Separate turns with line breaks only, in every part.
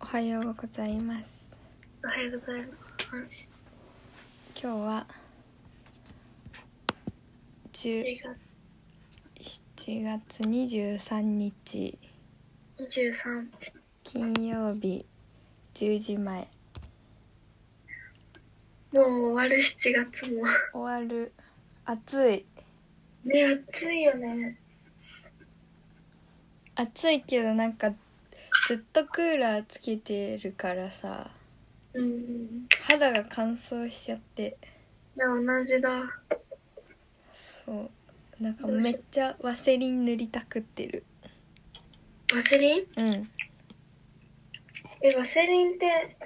おはようございます
おはようございます。
今日は17
1月
月23日
23日、
金曜日10時前
もう終わる7月も。
終わる暑い
ね、暑いよね。
暑いけどなんかずっとクーラーつけてるからさ
うんうん。
肌が乾燥しちゃって
いや、同じだ。
そうなんかめっちゃワセリン塗りたくってる
ワセリン
うん
え、ワセリンって、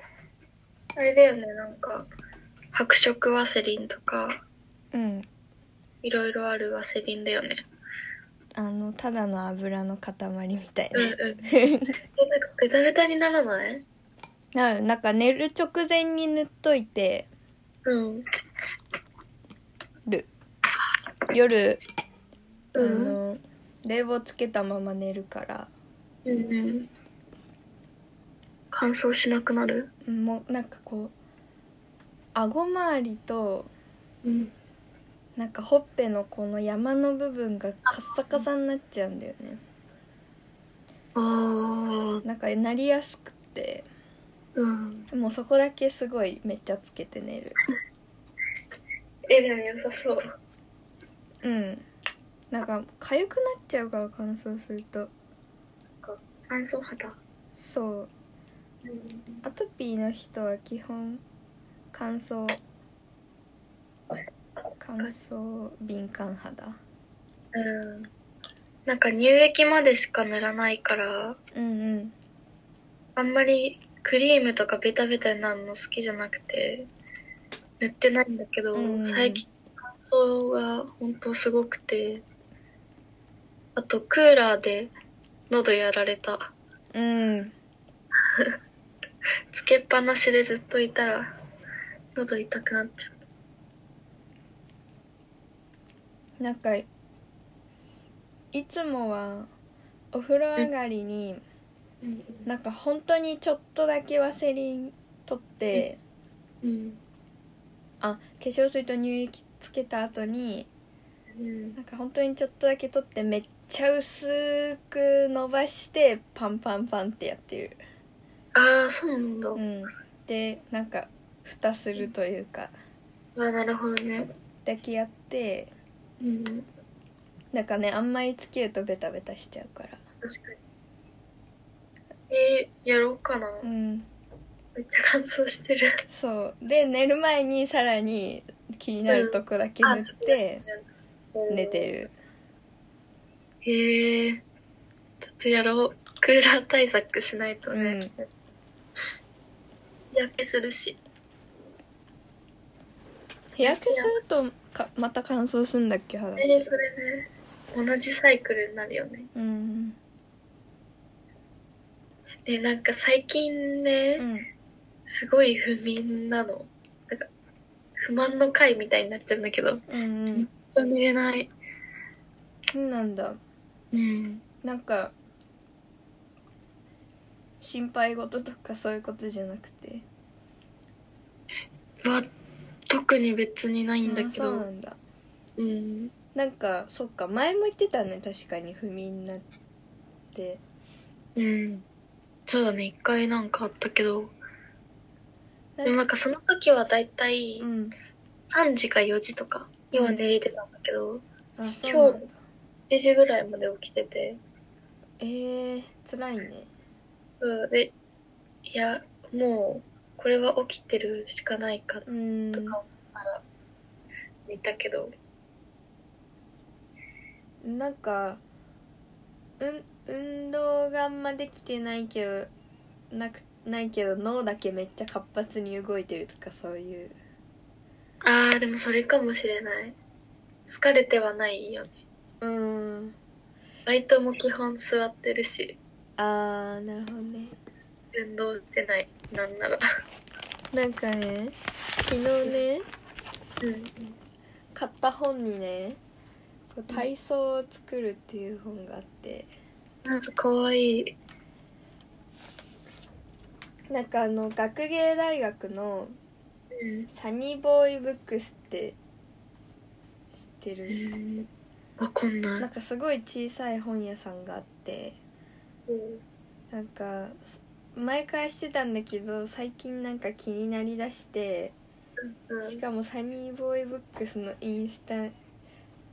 あれだよね、なんか、白色ワセリンとか、
うん
いろいろあるワセリンだよね。
あのただの油の塊みたい
うんうん。え、なんかベタベタにならない
なななんか寝る直前に塗っといて
うん。
る夜、
う
あ
ん。
の冷房つけたまま寝るから
うんうん。乾燥しなくなる
もうなんかこう顎周りと
うん。
なんかほっぺのこの山の部分がカッサカサになっちゃうんだよね
ああ。
なんかなりやすくて
うん。
もうそこだけすごいめっちゃつけて寝る
え、でも良さそう。
うんなんか痒くなっちゃうから乾燥すると
乾燥肌。
そう
うん
アトピーの人は基本乾燥乾燥敏感肌
うん。なんか乳液までしか塗らないから、
うんうん
あんまりクリームとかベタベタになるの好きじゃなくて、塗ってないんだけど、
うん
最近乾燥が本当すごくて、あとクーラーで喉やられた。
うん
つけっぱなしでずっといたら、喉痛くなっちゃう。
なんかいつもはお風呂上がりに
うん。
なんか本当にちょっとだけワセリン取って
うん。
あ化粧水と乳液つけた後に
うん。
なんか本当にちょっとだけ取ってめっちゃ薄く伸ばしてパンパンパンってやってる
ああ、そうなんだ。
うん、でなんか蓋するというか
ああ、なるほどね。
だけやって
うん。
なんかねあんまりつけるとベタベタしちゃうから
確かに。えー、やろうかな。
うん
めっちゃ乾燥してる。
そうで寝る前にさらに気になるとこだけ塗って寝てる
る。へえー。ちょっとやろう。クーラー対策しないとね。日焼けするし。
日焼けするとかまた乾燥するんだっけ肌
えー、それね。同じサイクルになるよね。
うん
で、なんか最近ね、
うん
すごい不眠なの。なんか、不満の回みたいになっちゃうんだけど。
うんうん
そう寝れない。
そうなんだ
うん。
なんか心配事とかそういうことじゃなくて
は、特に別にないんだ
あ
け
そうな
ど。
んだ
うん。
なんかそっか前も言ってたね確かに不眠になって
うん。そうだね、一回なんかあったけど。
な
でもなんかその時はだいたい
うん
3時か4時とかには寝れてたんだけど、
あそうなんだ
1時ぐらいまで起きてて。
えー、辛いね
うん、で、いや、もう、これは起きてるしかないか
うん
とか、から寝たけど。
なんかうん運動があんまできてないけどなくないけど脳だけめっちゃ活発に動いてるとかそういう
あー、でもそれかもしれない。疲れてはないよね。
うん
バイトも基本座ってるし、
あーなるほどね
運動してない。なんなら。
なんかね昨日ね
うん。
買った本にねこう体操を作るっていう本があって
なんか可愛い。
なんかあの学芸大学の
うん
サニーボーイブックスって知って
え
る
ーわかんな
ないんかすごい小さい本屋さんがあって
うん
なんか毎回してたんだけど最近なんか気になりだして
うん
しかもサニーボーイブックスのインスタ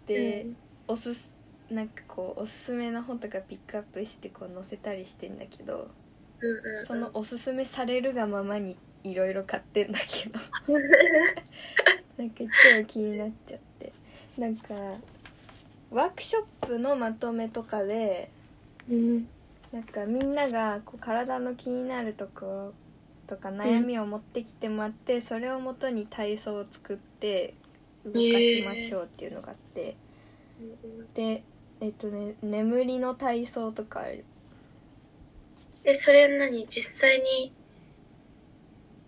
で
うん
おすすなんかこうおすすめの本とかピックアップしてこう載せたりしてんだけど
うんうん
そのおすすめされるがままにいろいろ買ってんだけ どなんかいつも気になっちゃってなんかワークショップのまとめとかで
うん
なんかみんながこう体の気になるところとか悩みを持ってきてもらって、それをもとに体操を作って動かしましょうっていうのがあって、でえっとね眠りの体操とかある
えそれ何実際に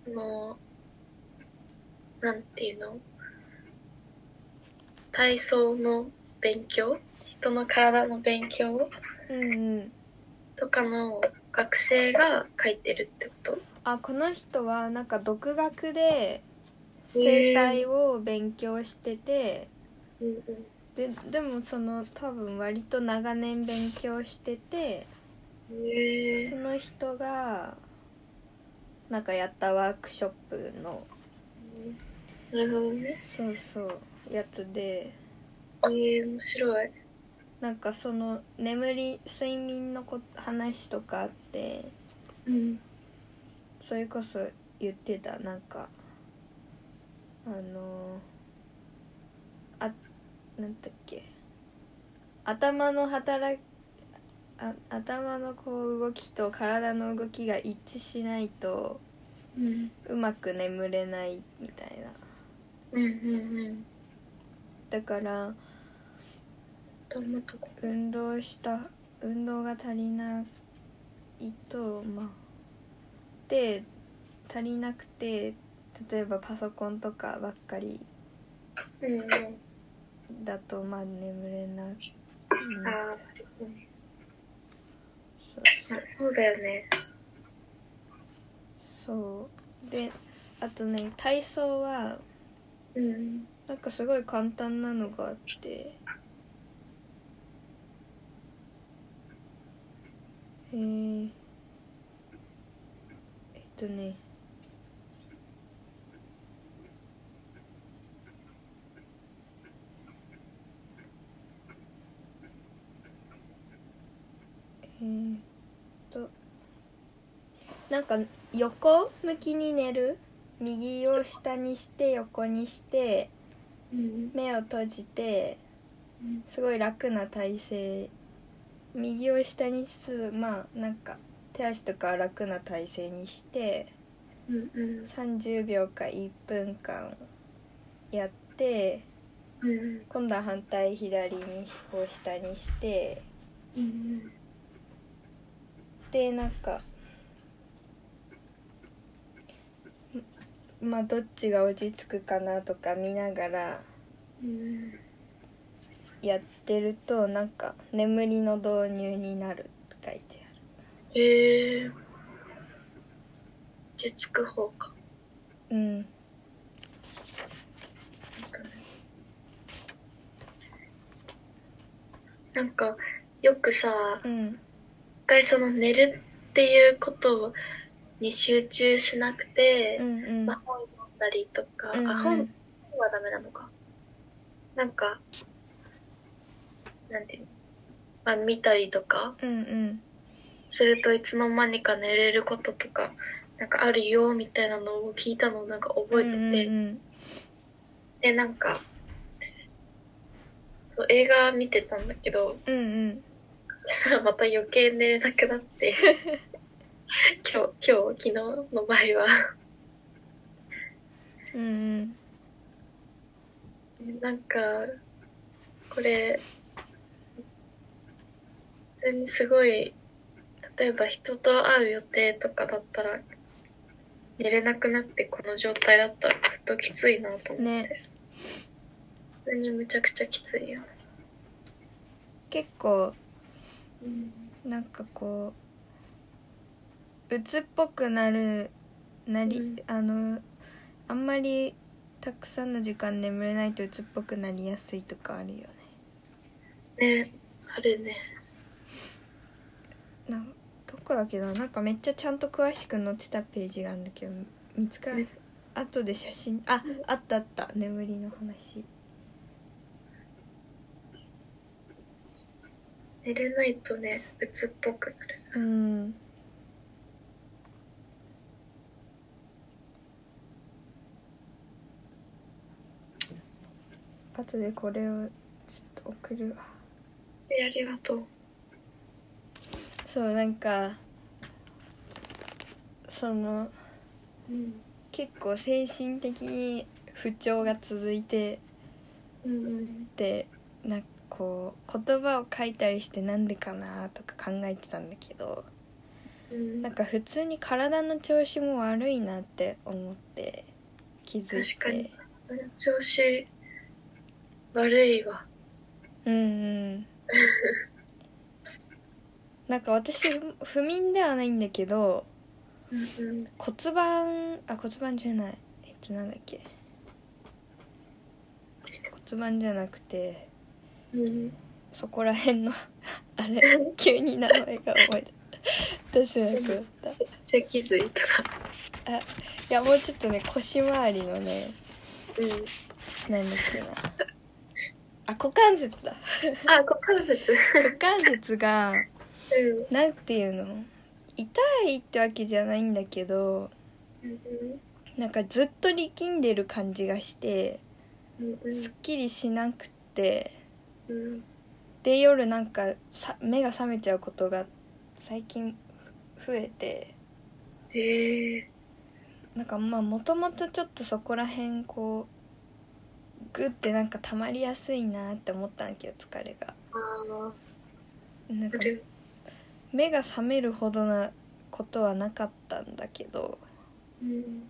あのなんていうの体操の勉強人の体の勉強
うんうん
とかの学生が書いてるってこと
あこの人はなんか独学で生態を勉強してて、
うんうん
ででもその多分割と長年勉強してて
へ
その人がなんかやったワークショップの
なるほどね
そうそうやつで
えー、面白い
なんかその眠り睡眠のこ話とかあって
うん
それこそ言ってたなんかあのーあなんだっけ頭の働きあ頭のこう動きと体の動きが一致しないと
うん
うまく眠れないみたいな
うんうんうん
だから
どんなとこ
運動した運動が足りないとまあで足りなくて例えばパソコンとかばっかり
うんうん
だとまあ眠れなうん
ああなるほ
そう
どねあそうだよね
そうであとね体操は
うん
なんかすごい簡単なのがあってえー、えっとねえーっとなんか横向きに寝る右を下にして横にして
うん
目を閉じて
うん
すごい楽な体勢右を下にしつつまあなんか手足とかは楽な体勢にして
うんうん
30秒か1分間やって
うん
今度は反対左にこう下にして
うん
でなんかんまあどっちが落ち着くかなとか見ながら
うん
やってるとなんか眠りの導入になるって書いて
へえ落ち着く方か
あるうん
なんかよくさ
うん
一回その寝るっていうことに集中しなくて、
うんうん
まあ、本読んだりとか、
うんうん
あ本本はダメなのかなんかなんていうのまあ見たりとか
うんうん
するといつの間にか寝れることとかなんかあるよみたいなのを聞いたのをなんか覚えてて、
うん
でなんかそう映画見てたんだけど
うんうん
そしたらまた余計寝れなくなって 今日今日昨日の場合は
うんうん
なんかこれ普通にすごい例えば人と会う予定とかだったら寝れなくなってこの状態だったらずっときついなと思って、
ね
普通にむちゃくちゃきついよ、
結構
うん
なんかこう鬱っぽくなるなり、
うん
あのあんまりたくさんの時間眠れないと鬱っぽくなりやすいとかあるよね
ねあるね
なんどこだっけどなんかめっちゃちゃんと詳しく載ってたページがあるんだけど見つから
うん
後で写真ああったあった眠りの話
寝れないとね鬱っぽくなる
うん後でこれをちょっと送るわ
えありがとう
そうなんかその
うん
結構精神的に不調が続いて
うんうん
ってなんかこう言葉を書いたりしてなんでかなとか考えてたんだけど
うん
なんか普通に体の調子も悪いなって思って気づいて
確かに調子悪いわ
うんうんなんか私ふ不眠ではないんだけど
うんうん
骨盤あ骨盤じゃないえっとなんだっけ骨盤じゃなくて
うん
そこら辺の あれ急に名前が思い出出せなくなったい
じゃあ気づいたら
やもうちょっとね腰回りのね
うん
なんだっけなあ股関節だ
あ股関節
股関節が
うん
なんていうの痛いってわけじゃないんだけど
うん
なんかずっと力んでる感じがして
うんう
すっ
ん
きりしなくて
うん
で夜なんかさ目が覚めちゃうことが最近増えて
へえ
なんかまあもともとちょっとそこら辺こうグッてなんか溜まりやすいなって思ったんだけど疲れが
ああ
なん
あ
か
る
目が覚めるほどなことはなかったんだけど
うん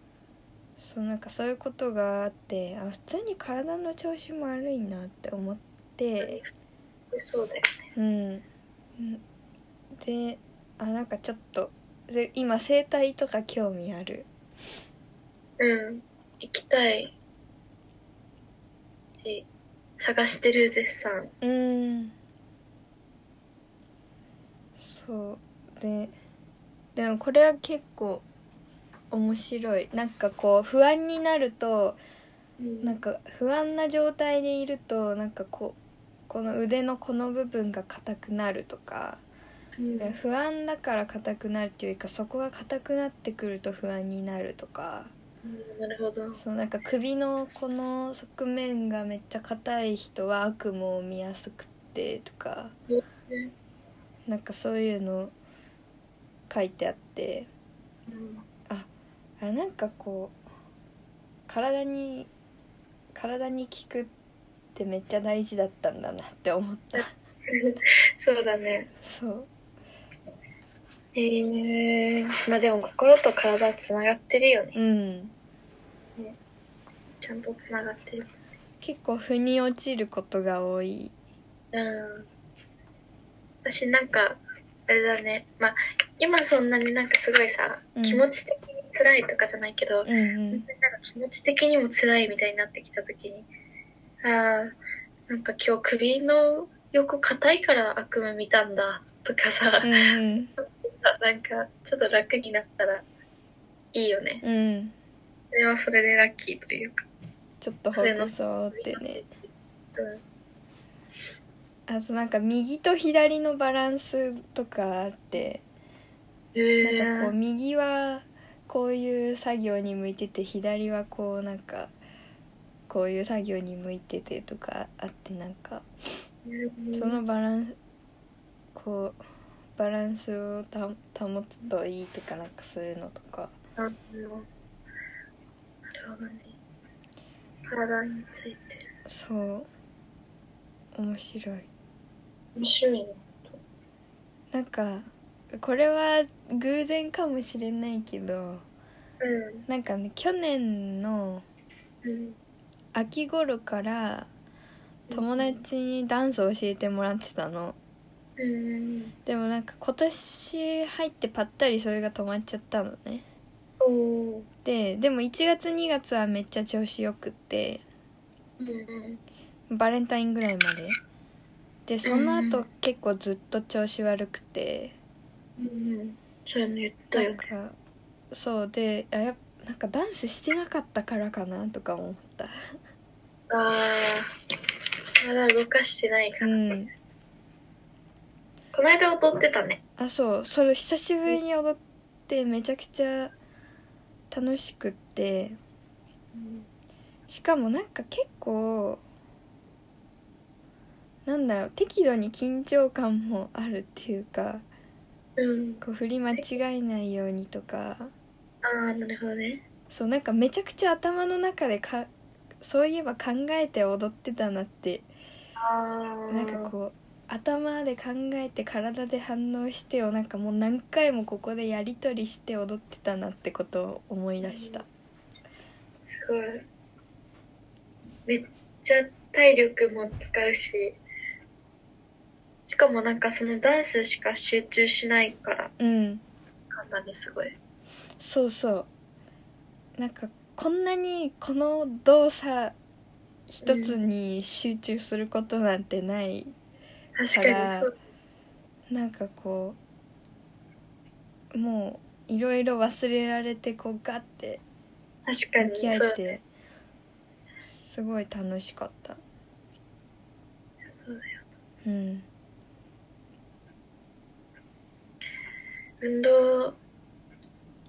そうなんかそういうことがあってあ普通に体の調子も悪いなって思って。
そうだよね
うん、であなんかちょっとで今整体とか興味ある
うん行きたいし探してる絶賛
うんそうででもこれは結構面白いなんかこう不安になると
うん
なんか不安な状態でいるとなんかこうこの腕のこの部分が硬くなるとか
うん
で不安だから硬くなるっていうよりかそこが硬くなってくると不安になるとか
うんなるほど
そうなんか首のこの側面がめっちゃ硬い人は悪夢を見やすくってとか
うん
なんかそういうの書いてあって
うん
あなんかこう体に体に効くってめっちゃ大事だったんだなって思った
そうだね
そう
へえまあでも心と体はつながってるよね
うん
ちゃんとつながってる
結構腑に落ちることが多い
うん私なんかあれだねまあ今そんなになんかすごいさ、
うん
気持ち的に辛いとかじゃないけど、
うん
なんか気持ち的にも辛いみたいになってきた時にあーなんか今日首の横硬いから悪夢見たんだとかさ、
うんうん
なんかちょっと楽になったらいいよね
うん
それはそれでラッキーというか
ちょっとほっとそうってね
うん
あとなんか右と左のバランスとかあってなんかこう
へ
右はこういう作業に向いてて左はこうなんかこういう作業に向いててとかあってなんか
え
そのバランスこうバランスをた保つといいとかなんかそういうのとか
なるほどね体について
そう面白い
面白いね
なんかこれは偶然かもしれないけどなんかね去年の
うんうん
秋頃から友達にダンスを教えてもらってたの
うん
でもなんか今年入ってぱったりそれが止まっちゃったのね
おお
ででも1月2月はめっちゃ調子よくって
うんうん
バレンタインぐらいまででその
う
後
ん
結構ずっと調子悪くて
うんうんそういうの言った
な
よ
んかそうであやっぱなんかダンスしてなかったからかなとか思った
ああまだ動かしてないうから、
ん
この間踊ってたね
あそうそれ久しぶりに踊ってめちゃくちゃ楽しくってしかもなんか結構なんだろう適度に緊張感もあるっていうか
うん
こう振り間違えないようにとか
ああなるほどね
そうなんかめちゃくちゃ頭の中でかそういえば考えて踊ってたなって
ああ
なんかこう頭で考えて体で反応してをなんかもう何回もここでやり取りして踊ってたなってことを思い出した
すごいめっちゃ体力も使うししかもなんかそのダンスしか集中しないから
うん
簡単ですごい
そうそうなんかこんなにこの動作一つに集中することなんてない、
確
だか
からにそう
なんかこうもういろいろ忘れられてこうガッて
確か
向き
に
合
そ
え
う
てすごい楽しかった
そうだよ
うん
運動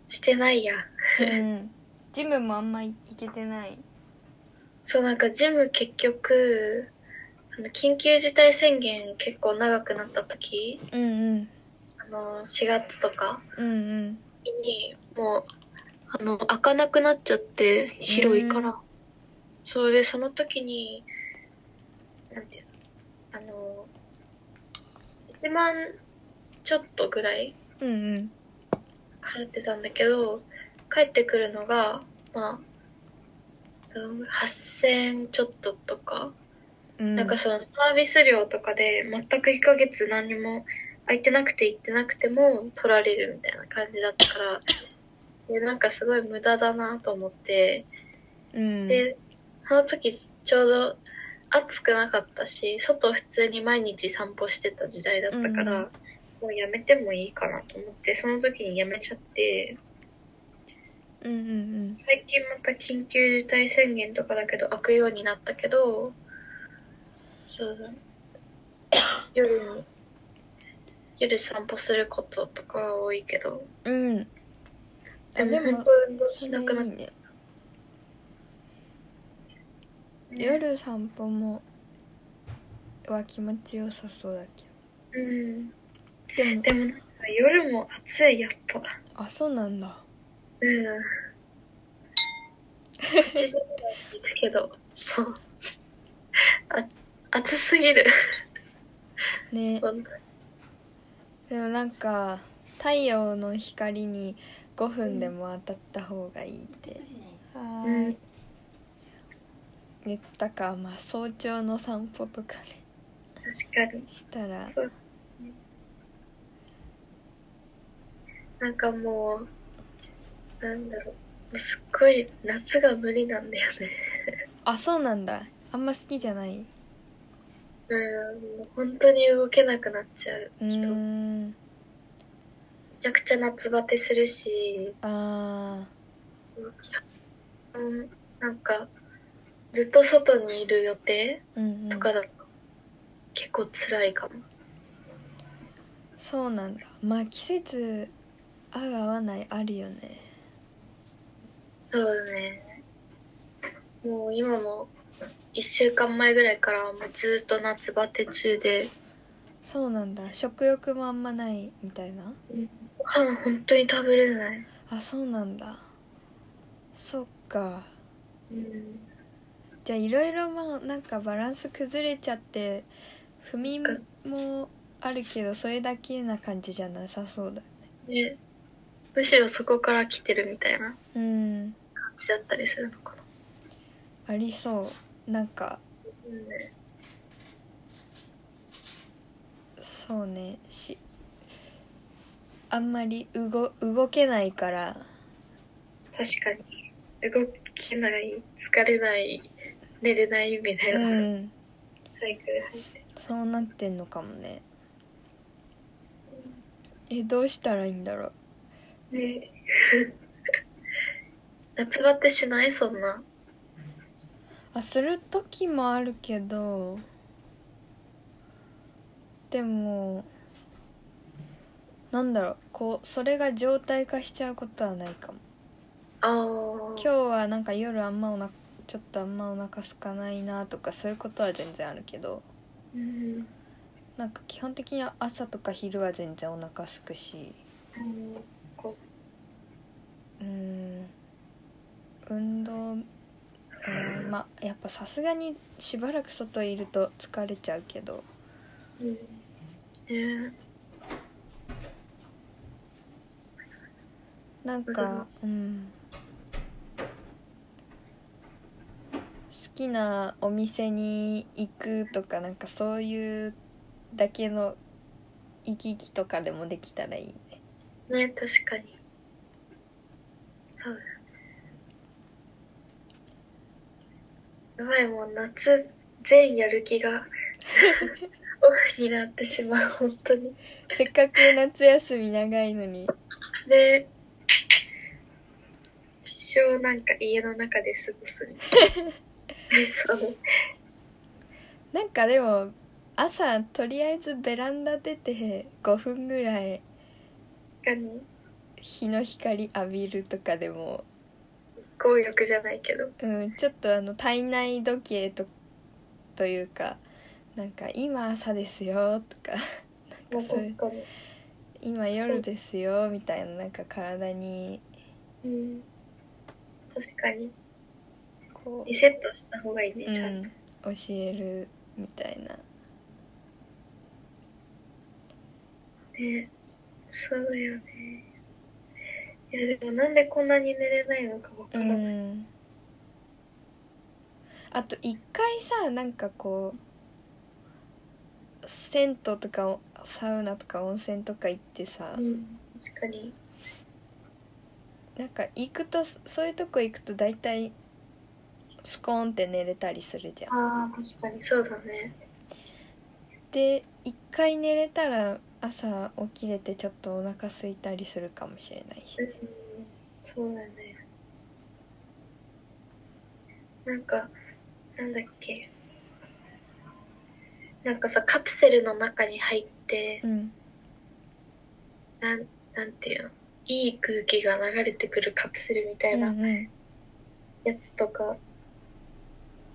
してないや
うんジムもあんま行けてない
そうなんかジム結局あの緊急事態宣言結構長くなった時
うんうん
あの4月とか
うんうん
にもうあの開かなくなっちゃって広いから、それでその時になんていうのあの1万ちょっとぐらい
うんうん
払ってたんだけど帰ってくるのがまあうん8000ちょっととか、
うん
なんかそのサービス料とかで全く1ヶ月何にも空いてなくて行ってなくても取られるみたいな感じだったからでなんかすごい無駄だなと思って
うん
でその時ちょうど暑くなかったし外普通に毎日散歩してた時代だったから、
うん
もうやめてもいいかなと思ってその時にやめちゃって
うんうん
最近また緊急事態宣言とかだけど開くようになったけどそうだ夜に夜散歩することとかは多いけど
うんうんあ
で
で
も
も
本当運動しなくなっ
いいね夜散歩もは気持ちよさそうだけ
うん
どでも
でもなんか夜も暑いやっぱ
あそうなんだ
うん8時ぐらいに行くけど もうあ暑すぎる
ね
そんな
でもなんか太陽の光に5分でも当たった方がいいって、はーい、
うん
言ったかまあ早朝の散歩とかね
確かに
したら
そうなんかもうなんだろうもうすっごい夏が無理なんだよね
あそうなんだあんま好きじゃない
うんもう本当に動けなくなっちゃう
う
人
ー
め
ん
ちゃくちゃ夏バテするし
あ
うんなんかずっと外にいる予定
ーうんうん
とかだと結構辛いかも
そうなんだまあ季節合う合わないあるよね
そうだねもう今も1週間前ぐらいからもうずっと夏バテ中で
そうなんだ食欲もあんまないみたいな
ご飯本当に食べれない
あそうなんだそっか
うん
じゃあいろいろまあなんかバランス崩れちゃって不眠もあるけどそれだけな感じじゃなさそうだ
ねむしろそこから来てるみたいな
うん
感じだったりするのかな、
ありそうなんか
うんね、
そうねしあんまり動動けないから
確かに動けない疲れない寝れないみたいうな、
ん
サイクル入って
そうなってんのかもねえどうしたらいいんだろう
ね 夏バテしないそんな
あする時もあるけどでもなんだろうこうそれが常態化しちゃうことはないかも
ああ
今日はなんか夜あんまおなちょっとあんまお腹空かないなとかそういうことは全然あるけど
うん
なんか基本的には朝とか昼は全然お腹空くし
うんこ
うん運動うんまあやっぱさすがにしばらく外いると疲れちゃうけど
うねえ
なんかうん好きなお店に行くとかなんかそういうだけの行き来とかでもできたらいいね
ね確かにそうだねやばいもう夏全やる気が オフになってしまう本当に
せっかく夏休み長いのに
で一生なんか家の中で過ごすみ たいなそう
なんかでも朝とりあえずベランダ出て5分ぐらい
確かに
日の光浴びるとかでも、
強欲じゃないけど
うん、ちょっとあの体内時計とというかなんか「今朝ですよ」とか 「なんかそういう
かに
今夜ですよ」みたいななんか体に
うん確かに
こ
リセットした方がいいね、
う、うん、
ちゃんと
教えるみたいな
ねそうだよねいやでもなんでこんなに寝れないのかわ
う
からない、
んあと一回さなんかこう銭湯とかおサウナとか温泉とか行ってさ、
うん確かに
なんか行くとそそういうとこ行くと大体スコーンって寝れたりするじゃん
ああ確かにそうだね
で一回寝れたら朝起きれてちょっとお腹空いたりするかもしれないし
うんそうだねなんかなんだっけなんかさカプセルの中に入って
うん
なんなんていうのいい空気が流れてくるカプセルみた
う
い
んう
なんやつとか、なん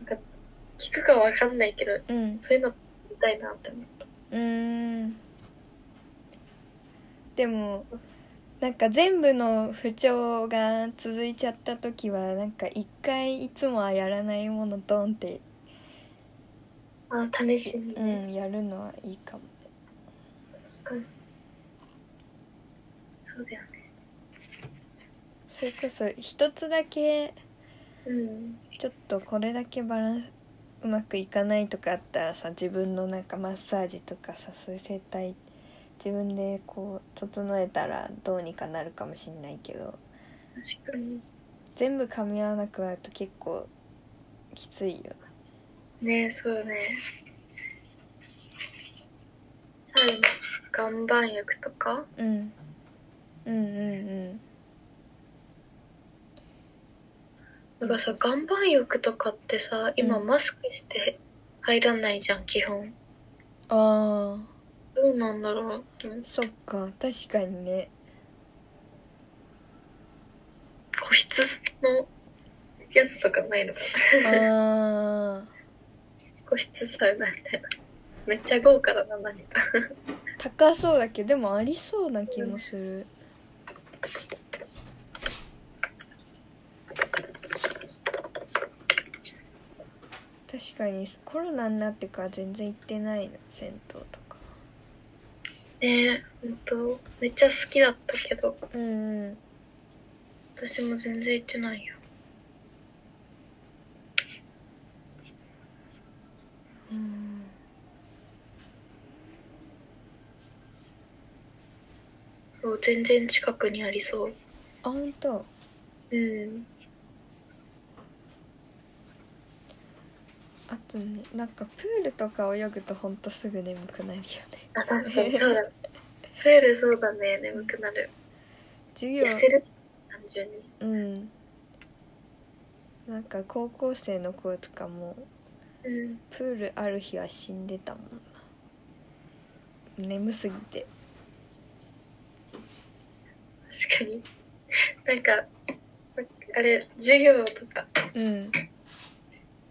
か聞くかわかんないけど
うん
そういうの見たいなって思った。
うーんでもなんか全部の不調が続いちゃった時はなんか一回いつもはやらないものドンって、
ああ、試しに
う
ね。
ん、やるのはいいかもね
確かに。そうだよね。
それこそ一つだけ
うん。
ちょっとこれだけバランスうまくいかないとかあったらさ自分のなんかマッサージとかさそういう整体自分でこう整えたらどうにかなるかもしんないけど
確かに。
全部噛み合わなくなると結構きついよ
ねえ、そうね。サウナ、岩盤浴とか
な、うん、うんうん
だからさ、岩盤浴とかってさ、今
うん
マスクして入らないじゃん、基本。
うんああ
どうなんだろうって思う
そっか確かに ね
個室のやつとかないのか
あ
な
あ
個室サウナみたいな。めっちゃ豪華だな、何か。
高そうだけどでもありそうな気もする確かにコロナになってから全然行ってないの銭湯とか
ねえ、ほんと、めっちゃ好きだったけど、
うんうん
私も全然行ってないよ。
うん
そう全然近くにありそう
あ本当
うん
あとねなんかプールとか泳ぐとほんとすぐ眠くなるよね
あ確かにそうだプールそうだね眠くなる
授業
痩せる単純に
うんなんか高校生の子とかも
うん
プールある日は死んでたもんな眠すぎて
確かに なんかあれ授業とか
うん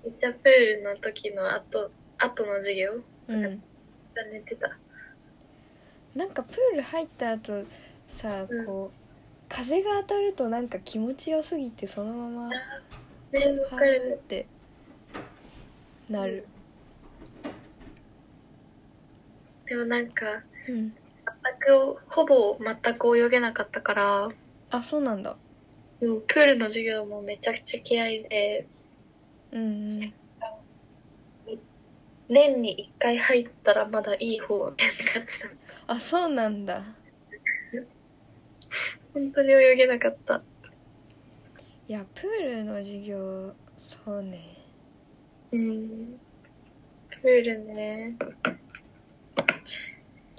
めっちゃプールの時の後後の授業
うん
が寝てた
なんかプール入った後さ
うん
こう風が当たるとなんか気持ちよすぎてそのまま
ねわか
はーっ
る
てなる
でもなんか
うん
全くほぼ全く泳げなかったから
あそうなんだ
もうプールの授業もめちゃくちゃ気合いで
うんうん
年に1回入ったらまだいい方みたいな感じだ
あそうなんだ
本当に泳げなかった
いやプールの授業そうね
うんプールね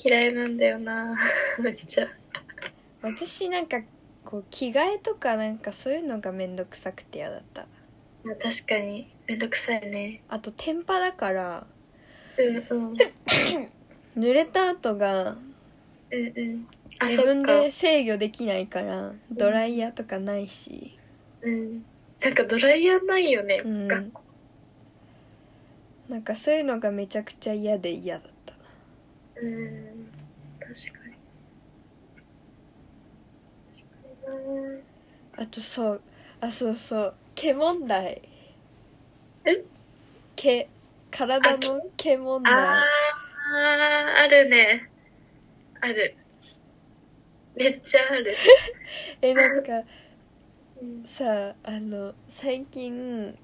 嫌いなんだよな めっちゃ
私なんかこう着替えとかなんかそういうのがめんどくさくて嫌だった
まあ確かにめんどくさいね
あと天パだから
うんうん
濡れた後が
うんうんあ
自分
そっ
で
か
制御できないからドライヤーとかないし
うんなんかドライヤーないよね、
うん
学校
なんかそういうのがめちゃくちゃ嫌で嫌だったな
うん確かに確かにな
あとそうあそうそう毛問題
え
毛体の毛問題
あーあるねあるめっちゃある、
えなんか
うん
さあの最近
うん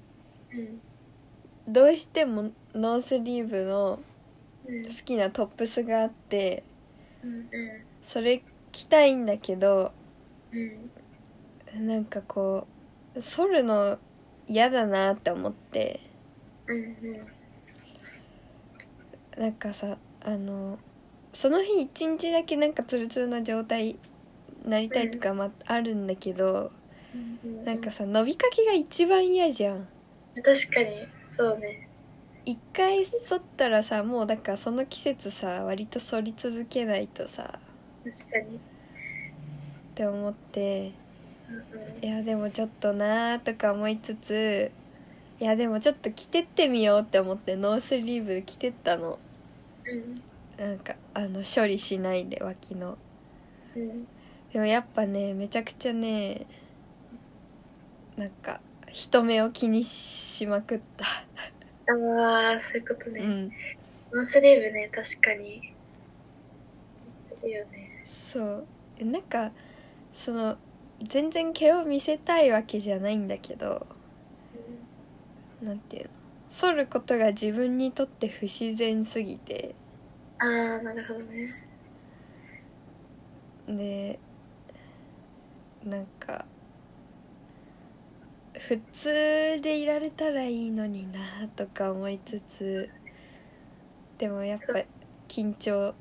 どうしてもノースリーブの
うん
好きなトップスがあって
うん
それ着たいんだけど
うん
なんかこう剃るの嫌だなって思って
うんうん
なんかさあのその日一日だけなんかツルツルの状態になりたいとか、まあるんだけど
うん
なんかさ伸びかけが一番嫌じゃん
確かにそうね
一回剃ったらさもうだからその季節さ割と剃り続けないとさ
確かに、
って思って
うん
いやでもちょっとなーとか思いつついやでもちょっと着てってみようって思ってノースリーブ着てったの
うん
なんかあの処理しないで脇の
うんうん、
でもやっぱねめちゃくちゃねなんか人目を気にしまくった、
ああそういうことね、
うん
ノースリーブね確かにいいよね
そうなんかその全然毛を見せたいわけじゃないんだけどなんていうの剃ることが自分にとって不自然すぎて
ああなるほどね
でなんか普通でいられたらいいのになとか思いつつでもやっぱ緊張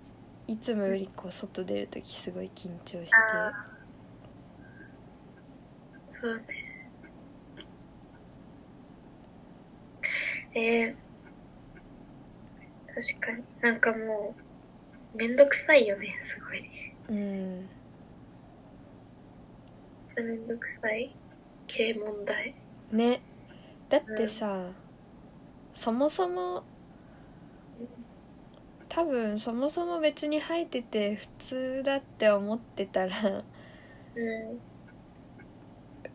いつもよりこう外出る時すごい緊張して
あそうねえー、確かになんかもうめんどくさいよねすごいめっ
うん
ちゃめんどくさい系問題
ねだってさ、そもそも多分そもそも別に生えてて普通だって思ってたら、
うん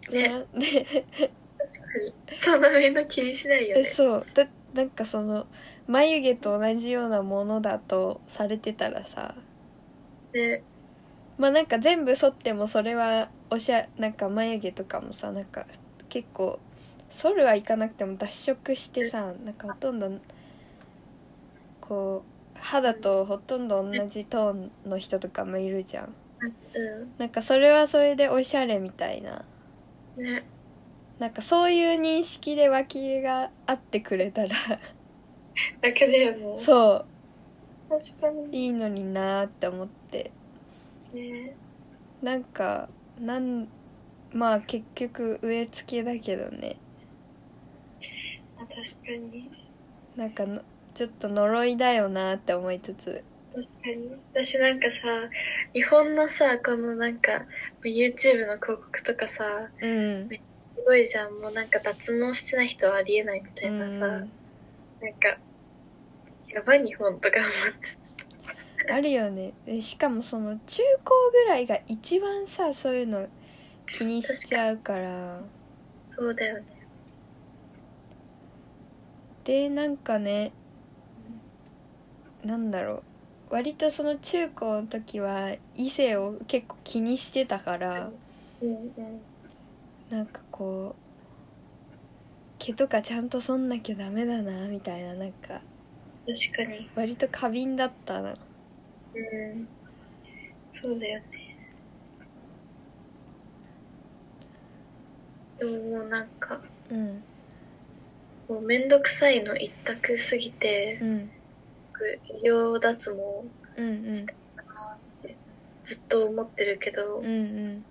そのね
確かにそんなみんな気にしないよ
え
ね
そうだなんかその眉毛と同じようなものだとされてたらさ
ね
まあなんか全部剃ってもそれはおしゃなんか眉毛とかもさなんか結構剃るはいかなくても脱色してさなんかほとんどこう肌とほとんど同じトーンの人とかもいるじゃん
う
なんかそれはそれでおしゃれみたいなん
ね
なんかそういう認識で脇があってくれたら
だけだよね
そ
確か
う
に
いいのになーって思って
ね
なんかなんまあ結局植え付けだけどね
あ確かに
なんかのちょっと呪いだよなーって思いつつ
確かに私なんかさ日本のさこのなんか YouTube の広告とかさ
うん
すごいじゃんもうなんか脱毛してない人はありえないみたいなさ、
うん
なんかやばい日本とか思っち
あるよねえしかもその中高ぐらいが一番さそういうの気にしちゃうから
ゃうそうだよね
でなんかねなんだろう割とその中高の時は異性を結構気にしてたから
うんうん
なんかこう毛とかちゃんと剃んなきゃダメだなみたいななんか
確かに
割と過敏だったな
うんそうだよねでももうなんか
うん
もうめんどくさいの一択すぎて
うん
僕医療脱毛
うんうん
ずっと思ってるけ
う
ど
んうん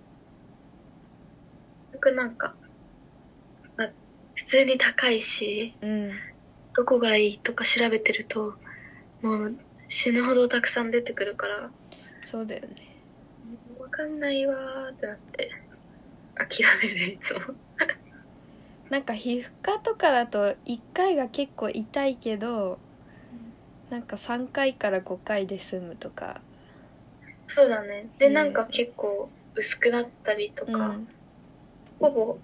僕なんか、まあ、普通に高いし
うん
どこがいいとか調べてるともう死ぬほどたくさん出てくるから
そうだよね
わかんないわーってなって諦めるいつも
なんか皮膚科とかだと1回が結構痛いけどなんか3回から5回で済むとか
そうだねで、
うん
なんか結構薄くなったりとか、
うん
ほぼ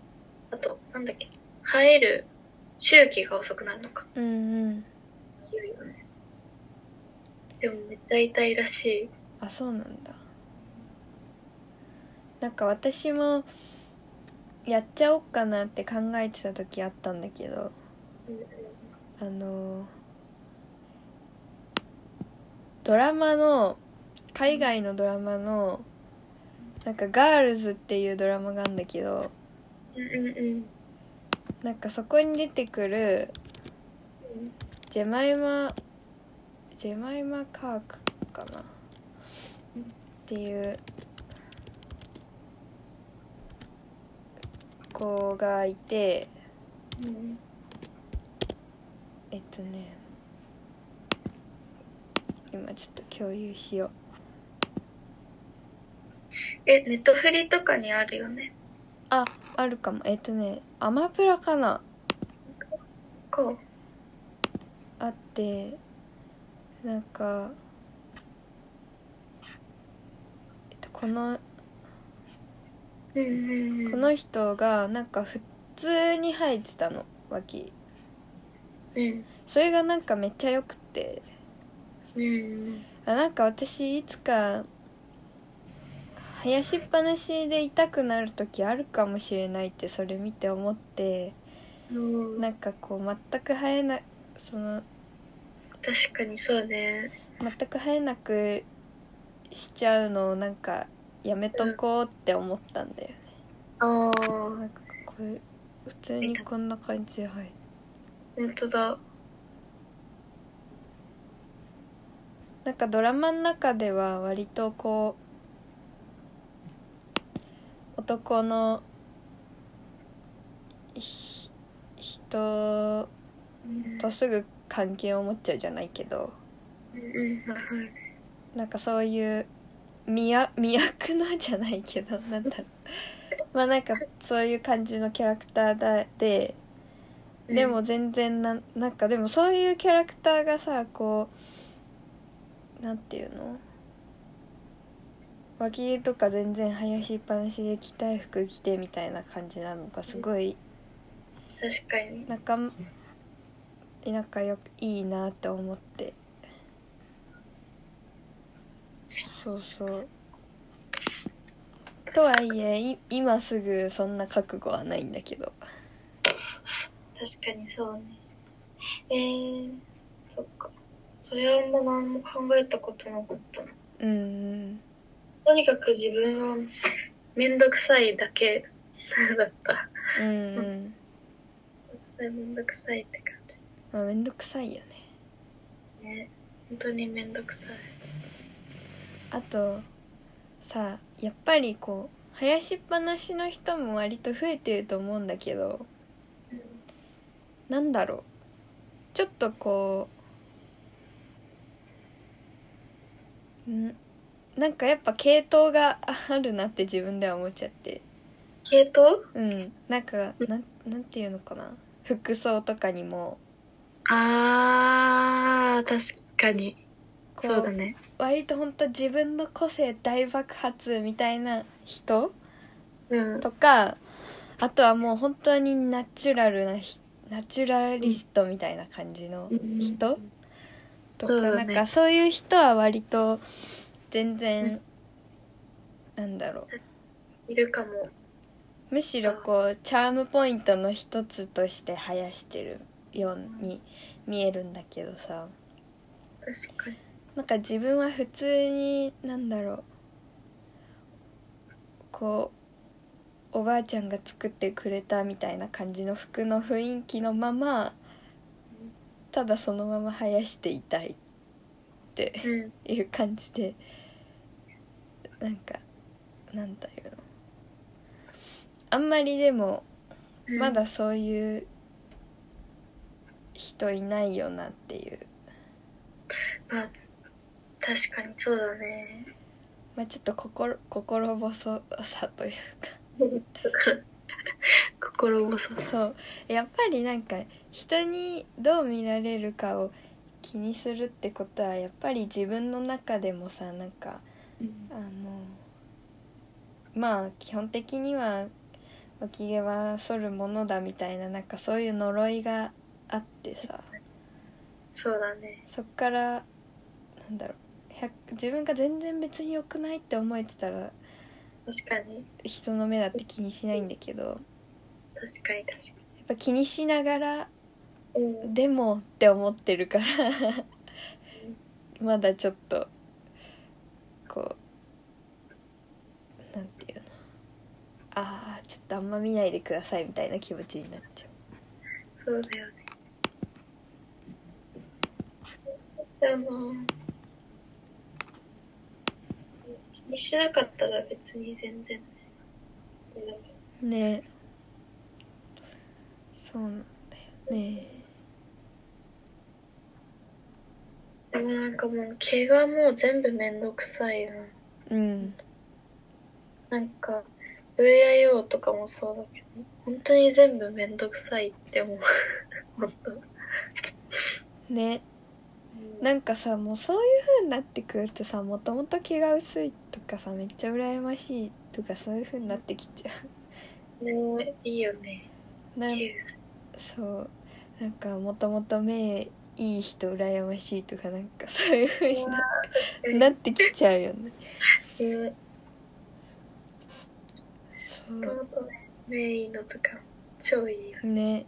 あとなんだっけ生える周期が遅くなるのか
うんうん
言うよねでもめっちゃ痛いらしい
あそうなんだなんか私もやっちゃおっかなって考えてた時あったんだけどあのードラマの海外のドラマのなんか「ガールズ」っていうドラマがあるんだけど
うんうんうん
なんかそこに出てくるジェマイマジェマイマ・カークかなっ
うん
ていう子がいて
うん
えっとね今ちょっと共有しよう
えネットフリとかにあるよね
ああるかもえっとねアマプラかな
こ
あってなんか、えっと、この
ううんうんうん
この人がなんか普通に生えてたの脇
うん
それがなんかめっちゃ良くて
うんうん
あなんか私いつか生やしっぱなしで痛くなる時あるかもしれないってそれ見て思って
うん
なんかこう全く生えなその
確かにそうね
全く生えなくしちゃうのをなんかやめとこうって思ったんだよね、な
ああ
んかこれ普通にこんな感じで生えて
本当だ
なんかドラマの中では割とこう男のひ人
うん
とすぐ関係を持っちゃうじゃないけど
うんはい
なんかそういう魅や魅役のじゃないけどなんだろうまあなんかそういう感じのキャラクターだで
うん
でも全然ななんかでもそういうキャラクターがさこうなんていうの脇毛とか全然生やしっぱなしで着たい服着てみたいな感じなのがすごい
確かに
仲間仲良くいいなって思ってそうそうとはいえい今すぐそんな覚悟はないんだけど
確かにそうねえー、そっかそれはあんま何も考えたことなかったな
うんうん
とにかく自分はめんどくさいだけだった。
うんうん
めんどくさいめんどくさいって感
まあめんどくさいよね
じね。本当にめんどくさい。
あとさやっぱりこう生やしっぱなしの人も割と増えてると思うんだけど
うん
なんだろうちょっとこうんなんかやっぱ系統があるなって自分では思っちゃって
系統
うんなんかなんなんていうのかな服装とかにも
あー、確かに。
こ
そうだね。
割と本当自分の個性大爆発みたいな人
うん。
とかあとはもう本当にナチュラルなひナチュラリストみたいな感じの人とか、
そうだ
な
ね
んかそういう人は割と全然、なんだろ
いるかも。
うむしろこうチャームポイントの一つとして生やしてるように見えるんだけどさ、
確かに。
なんか自分は普通になんだろうこうおばあちゃんが作ってくれたみたいな感じの服の雰囲気のままただそのまま生やしていたいって
うん。
いう感じでなんかなんだろうあんまりでも
うん
まだそういう人いないよなっていう
まあ、確かにそうだね。
まあちょっと心心細さという
だから、心細
か
さ。
そうやっぱりなんか人にどう見られるかを気にするってことはやっぱり自分の中でもさなんかあのまあ基本的には脇毛は剃るものだみたいななんかそういう呪いがあってさ
そうだね。
そっからなんだろう100自分が全然別に良くないって思えてたら
確かに。
人の目だって気にしないんだけどやっ
確かに確か
ぱ気にしながら
に。うん。
でもって思ってるから まだちょっとこうなんていうのああちょっとあんま見ないでくださいみたいな気持ちになっちゃ
そうだよね。でも、気にしなかったら別に全然ね。
うねえそうなんだよね
でもなんかもう毛がもう全部めんどくさいよな。
うん
なんか VIO とかもそうだけど本当に全部めんどくさいって思う本当
ねなんかさもうそういう風になってくるとさもともと毛が薄いとかさめっちゃ羨ましいとかそういう風になってきちゃ
ねいいよね
うなん
キウス
そうなんかもともと目いい人羨ましいとかなんか そういう風にななってきちゃうよね
ね
そ
もともとねメインのとか超いいよ
うね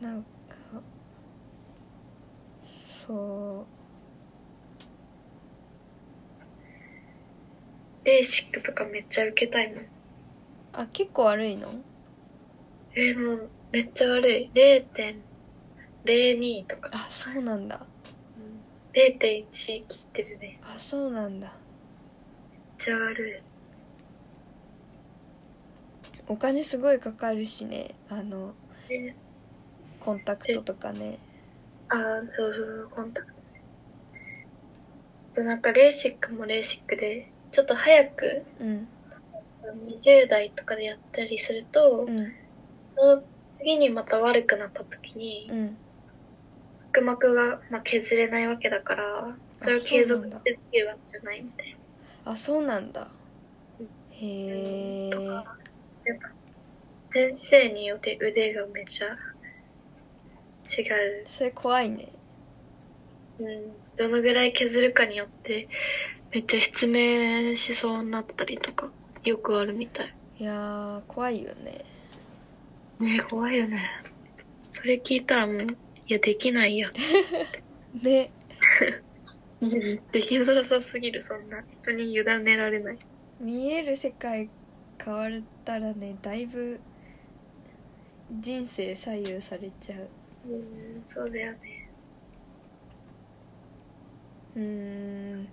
なんかそ
ベーシックとかめっちゃ受けたいもん
うあ結構悪いの
えもうめっちゃ悪い0.02とか
あそうなんだ
0.1切ってるね
あそうなんだ
めっちゃ悪
お金すごいかかるしねあの
い、ね、
コンタクトとかね
ああそうそうコンタクトねあとなんかレーシックもレーシックでちょっと早く
うん
その20代とかでやったりすると、
うん
その次にまた悪くなった時に
うん
腹膜が、まあ、削れないわけだからそれを継続してできるわけじゃないみたい
あそうなんだ
うん
へえ
な、とかやっぱ先生によって腕がめちゃ違う、
それ怖いね
うん、どのぐらい削るかによってめっちゃ失明しそうになったりとかよくあるみたい
いやー怖いよね
ねえ怖いよねそれ聞いたらもういやできないや
ね
できづらさすぎるそんな人に委ねられない
見える世界変わったらねだいぶ人生左右されちゃう
うんそうだよね
うーん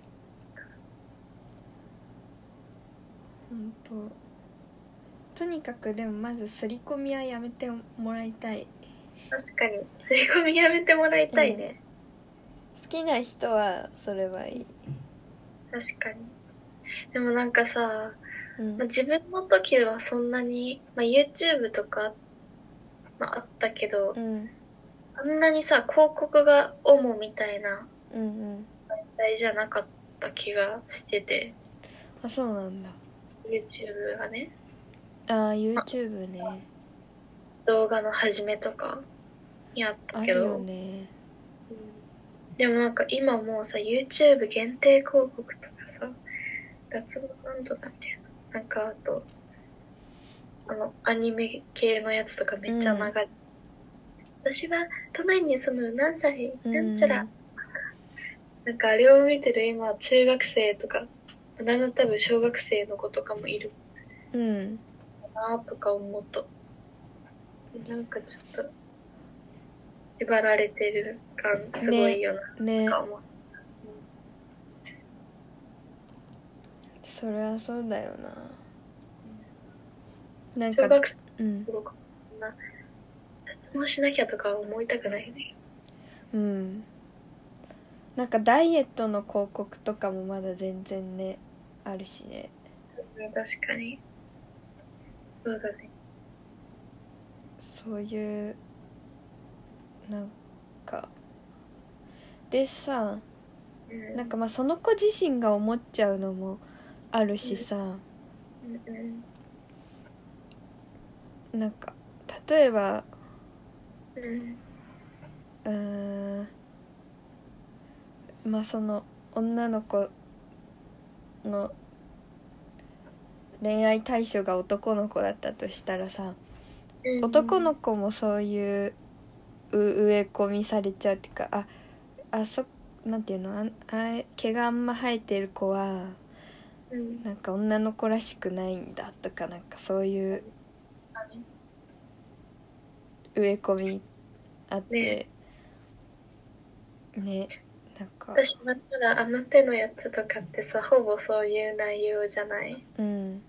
本当とにかくでもまず刷り込みはやめてもらいたい
確かに刷り込みやめてもらいたいね、
好きな人はそれはいい、
確かにでもなんかさ、
うん
まあ、自分の時はそんなに、まあ、YouTube とか、まあ、あったけど
うん
あんなにさ広告が主みたいな
うんうん
時代じゃなかった気がしてて
あそうなんだ
YouTube がね
あー YouTube ね
動画の始めとかにあった
あ
け
る
ど
よね
うんでもなんか今もうさ YouTube 限定広告とかさ脱毛なんとかみたいななんかあとあのアニメ系のやつとかめっちゃ流れ、私は都内に住む何歳なんちゃら、なんかあれを見てる今中学生とかなんだ多分小学生の子とかもいる
うん、うん、
なとか思うとなんかちょっと縛られてる感すごいよな、
ね
とか思う
それはそうだよななん
小
か
学生
うん
の頃こんな脱毛しなきゃとか思いたくないね
うんなんかダイエットの広告とかもまだ全然ねあるしね
うん確かにそうだね
そういうなんかでさ
うん
なんかまあその子自身が思っちゃうのもあるしさ
うんうん
なんか例えば
うん
うーんまあその女の子の恋愛対象が男の子だったとしたらさ
うん
男の子もそういうう植え込みされちゃうっていうかああそなんていうのあんあ毛があんま生えてる子は
うん
なんか女の子らしくないんだとかなんかそういう
あね
植え込みあってねなんか
私まだあの手のやつとかってさほぼそういう内容じゃない
うん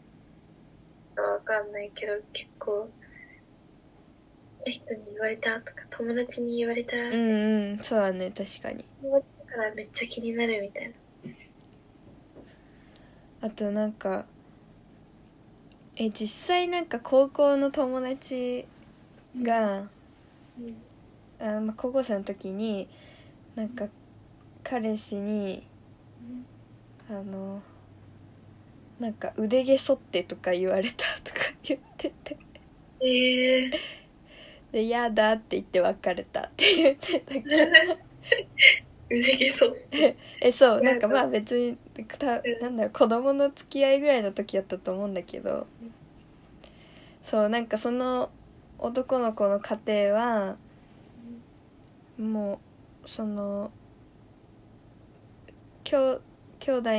わかんないけど結構人に言われたとか友達に言われた、
うんうんそうだね確かに
友達だからめっちゃ気になるみたいな
あとなんかえ実際なんか高校の友達が、
うん
あまあ、高校生の時になんか彼氏にあのなんか腕毛剃ってとか言われたとか言ってて
ええ
で「やだ」って言って別れたって言ってたけど
腕毛剃って
えそうなんかまあ別にた
ん
なんだろう子供の付き合いぐらいの時だったと思うんだけど
うん
そうなんかその男の子の家庭はもうそのきょ兄弟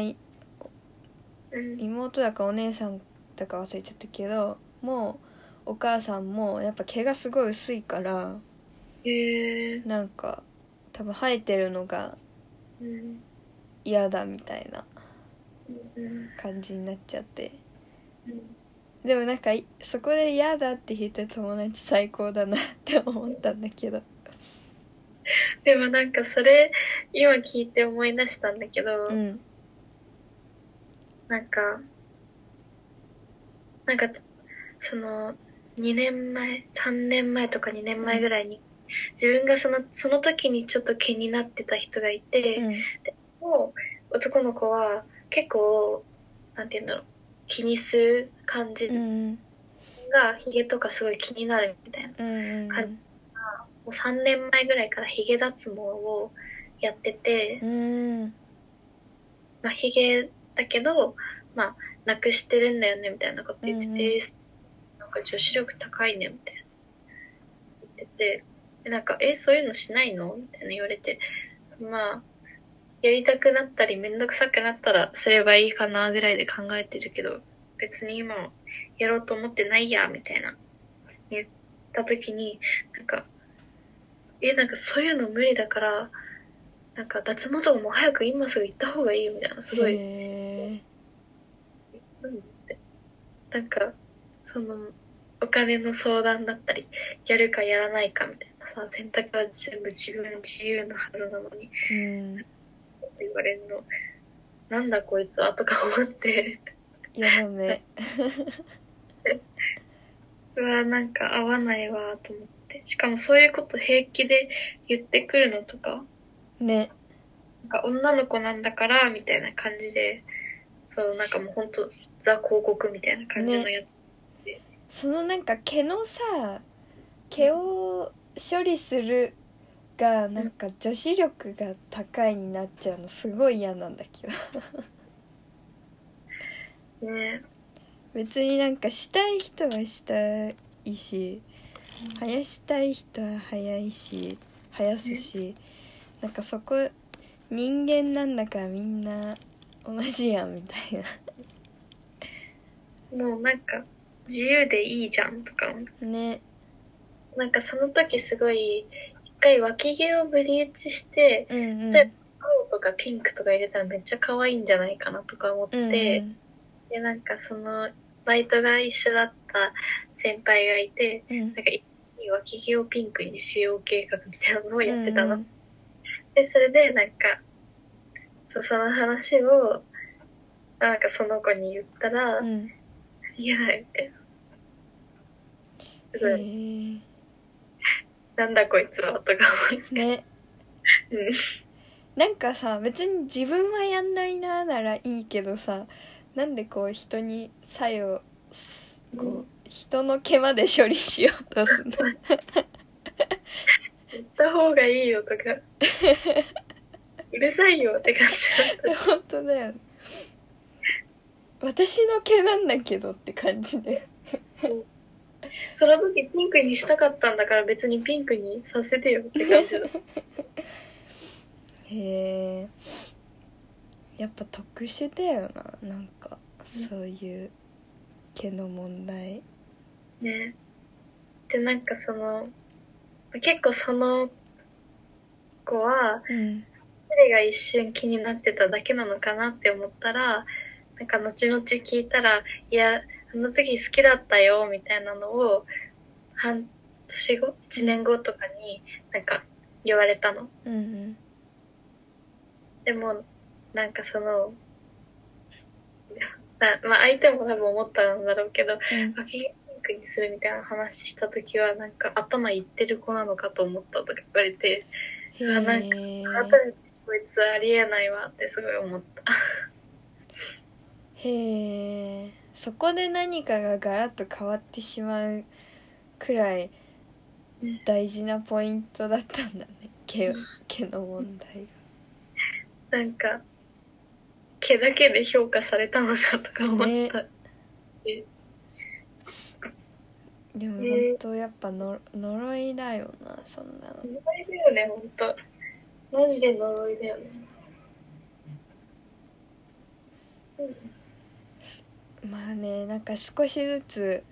うん
妹だかお姉さんだか忘れちゃったけどもうお母さんもやっぱ毛がすごい薄いから
ええ
なんか多分生えてるのが
うん
嫌だみたいな
うん
感じになっちゃって。
うん
でもなんかいそこで嫌だって言った友達最高だなって思ったんだけど
でもなんかそれ今聞いて思い出したんだけど、
うん
なんかなんかその2年前3年前とか2年前ぐらいに、自分がそのその時にちょっと気になってた人がいて、
うん
もう男の子は結構なんて言うんだろう気にする感じ
うん
がヒゲとかすごい気になるみたいなも
うんうん
はいうん、3年前ぐらいからヒゲ脱毛をやってて、
うん
まあ、ヒゲだけどまあなくしてるんだよねみたいなこと言ってて、
うんうん
えーなんか女子力高いねみたいな言っててでなんか「えそういうのしないの?」みたいな言われてまあやりたくなったりめんどくさくなったらすればいいかなぐらいで考えてるけど別に今やろうと思ってないやみたいな言った時になんかえなんかそういうの無理だからなんか脱毛とかも早く今すぐ行った方がいいよみたいなすごい
へ
うんってなんかそのお金の相談だったりやるかやらないかみたいなさ選択は全部自分自由のはずなのにって
えうん
言われるのなんだこいつはとか思って
いやだね
うわなんか合わないわと思ってしかもそういうこと平気で言ってくるのとか
ね
なんか女の子なんだからみたいな感じでそうなんかもうほんとザ広告みたいな感じのやつ、
そのなんか毛のさ毛を処理するがなんか女子力が高いになっちゃうのすごい嫌なんだけど
ね
別になんかしたい人はしたいし生やしたい人は生やいし生やすしなんかそこ人間なんだからみんな同じやんみたいな
もうなんか自由でいいじゃんとか思って
ね
なんかその時すごい一回脇毛をブリーチして
うんうん
で青とかピンクとか入れたらめっちゃ可愛いんじゃないかなとか思って、
うんうん
でなんかそのバイトが一緒だった先輩がいて
うん
なんか一気に脇毛をピンクにしよう計画みたいなのをやってたの、
うん
でそれでなんかそうその話をなんかその子に言ったら
うんうん
「いや」みたいな
へ
すごい
ー
「なんだこいつは」とか思って。
ね
うん
なんかさ別に自分はやんないなならいいけどさなんでこう人に作用すこう、
うん
人の毛まで処理しようとする の
行った方がい いよとかうるさいよって感じだっ
本当だよね私の毛なんだけどって感じで
たその時ピンクにしたかったんだから別にピンクにさせてよって感じだった
へえやっぱ特殊だよななんか
うん
そういう毛の問題
ねでなんかその結構その子は
うん
彼が一瞬気になってただけなのかなって思ったらなんか後々聞いたら「いやあの時好きだったよ」みたいなのを半年後1年後とかになんか言われたの。
うんうん
でもなんかそのな、まあ、相手も多分思ったんだろうけど
うん
脇毛ピンクにするみたいな話した時はなんか頭いってる子なのかと思ったとか言われて
へ
あなんか
え
改めてこいつありえないわってすごい思った
へえそこで何かがガラッと変わってしまうくらい
うん
大事なポイントだったんだね毛毛の問題
なんか毛だけで評価されたのかとか思った、
ねでも本当やっぱの呪いだよなそんなの
呪いだよねほんとマジで呪いだよね
まあねなんか少しずつ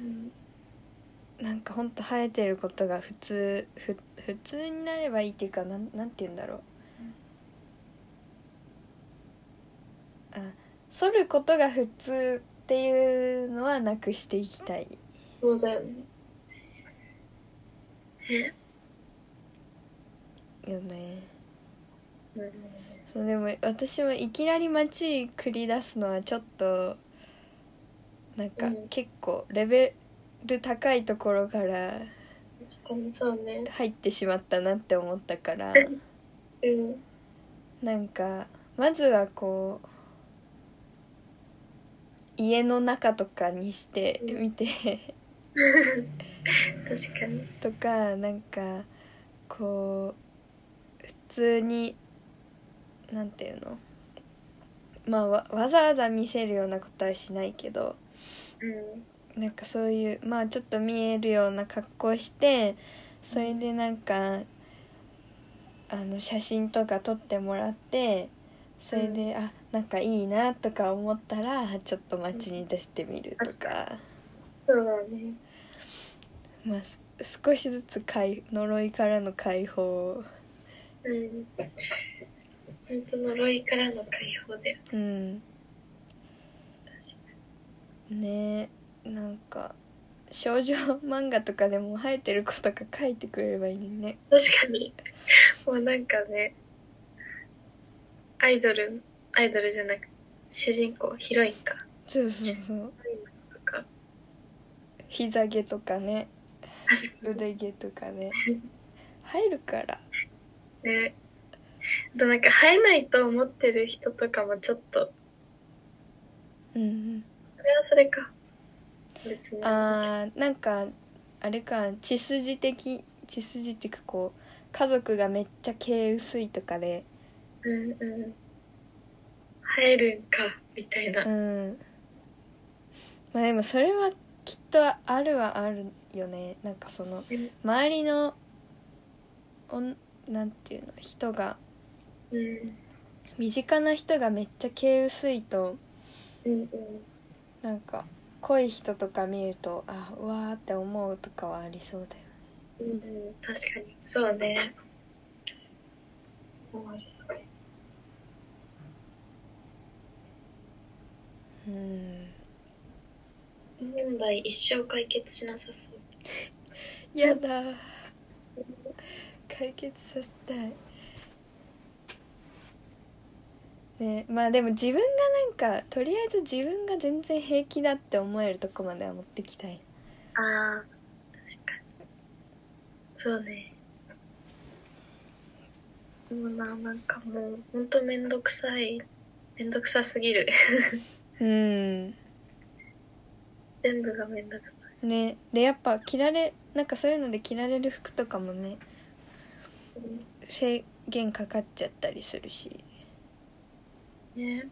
うん
なんかほんと生えてることが普通ふ普通になればいいっていうかなんなんて言うんだろうあ剃ることが普通っていうのはなくしていきたい
そうだよねえ
よね
うん
そうでも私もいきなり街繰り出すのはちょっとなんか
うん
結構レベル高いところから
確かにそうね
入ってしまったなって思った から
うん
なんかまずはこう家の中とかにして
うん
みて
確かに
とかなんかこう普通になんていうのまあわわざわざ見せるようなことはしないけど
うん
なんかそういうまあちょっと見えるような格好してそれでなんかあの写真とか撮ってもらってそれで、あなんかいいなとか思ったらちょっと街に出してみるとか、
そうだね。
まあ、す少しずつ解呪いからの解放
うん。本当呪いからの解放で。
うんねえなんか少女漫画とかでも生えてる子とか書いてくれればいいね
確かに。もうなんかね、アイドル、アイドルじゃなく、主人公、ヒロインか。
そうそうそう
ヒロインとか。
膝毛とかね
確か
腕毛とかね生えるから
にね。あとなんか生えないと思ってる人とかもちょっと、
うん
それはそれか。別
う
に。
んあーなんかあれか血筋的血筋っていうかこう家族がめっちゃ毛薄いとかで
うんうん。生えるんか、みたいな。
うんまあでもそれはきっとあるはあるよねなんかその
うん
周りのおんなんていうの人が
うん。
身近な人がめっちゃ毛薄いと
うん
なんか濃い人とか見るとあうわーって思うとかはありそうだよ
うん。うんうん。確かに。そうね。終わりそうね
うん
問題一生解決しなさそう。
やだー解決させたいねまあでも自分がなんかとりあえず自分が全然平気だって思えるとこまでは持ってきたい
ああ、確かに。そうね。もうな、なんかもう、ほんとめんどくさい。めんどくさすぎる。
うん
全部がめんどくさい。
ねでやっぱ着られなんかそういうので着られる服とかもね制限かかっちゃったりするし
ね。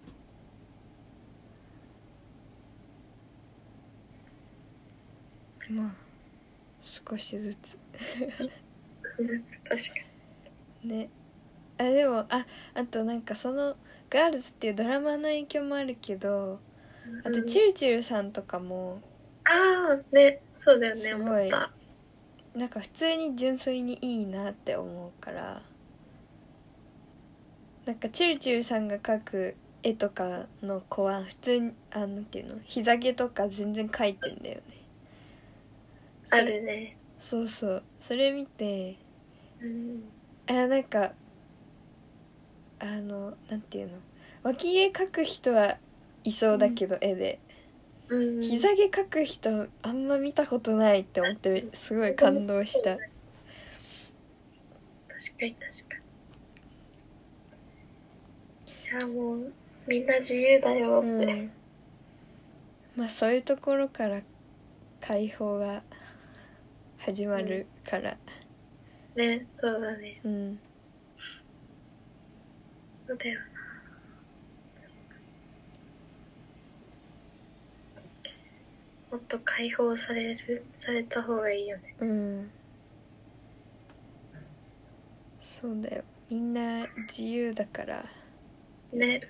まあ少しずつ
確か
ねあでもああとなんかその「ガールズ」っていうドラマの影響もあるけど
に。
あと
うん
ちるちるさんとかも
ああ、ね。そうだよね、
すご
思
い
った。
なんか普通に純粋にいいなって思うからなんかちるちるさんが描く絵とかの子は普通にあなんていうの膝毛とか全然描いてんだよねそ
あるね。
そうそうそれ見て
うん。
あなんかあのなんていうの脇毛描く人はいそうだけど、絵で
うん。
膝毛描く人あんま見たことないって思ってすごい感動した
確かに確かに。いや、もう、みんな自由だよ
う
って。
んまあそういうところから解放が始まるから
ね、そうだね。
うん、
そうだよな。もっと解放される、された方がいいよね。
うん、そうだよみんな自由だから
ね。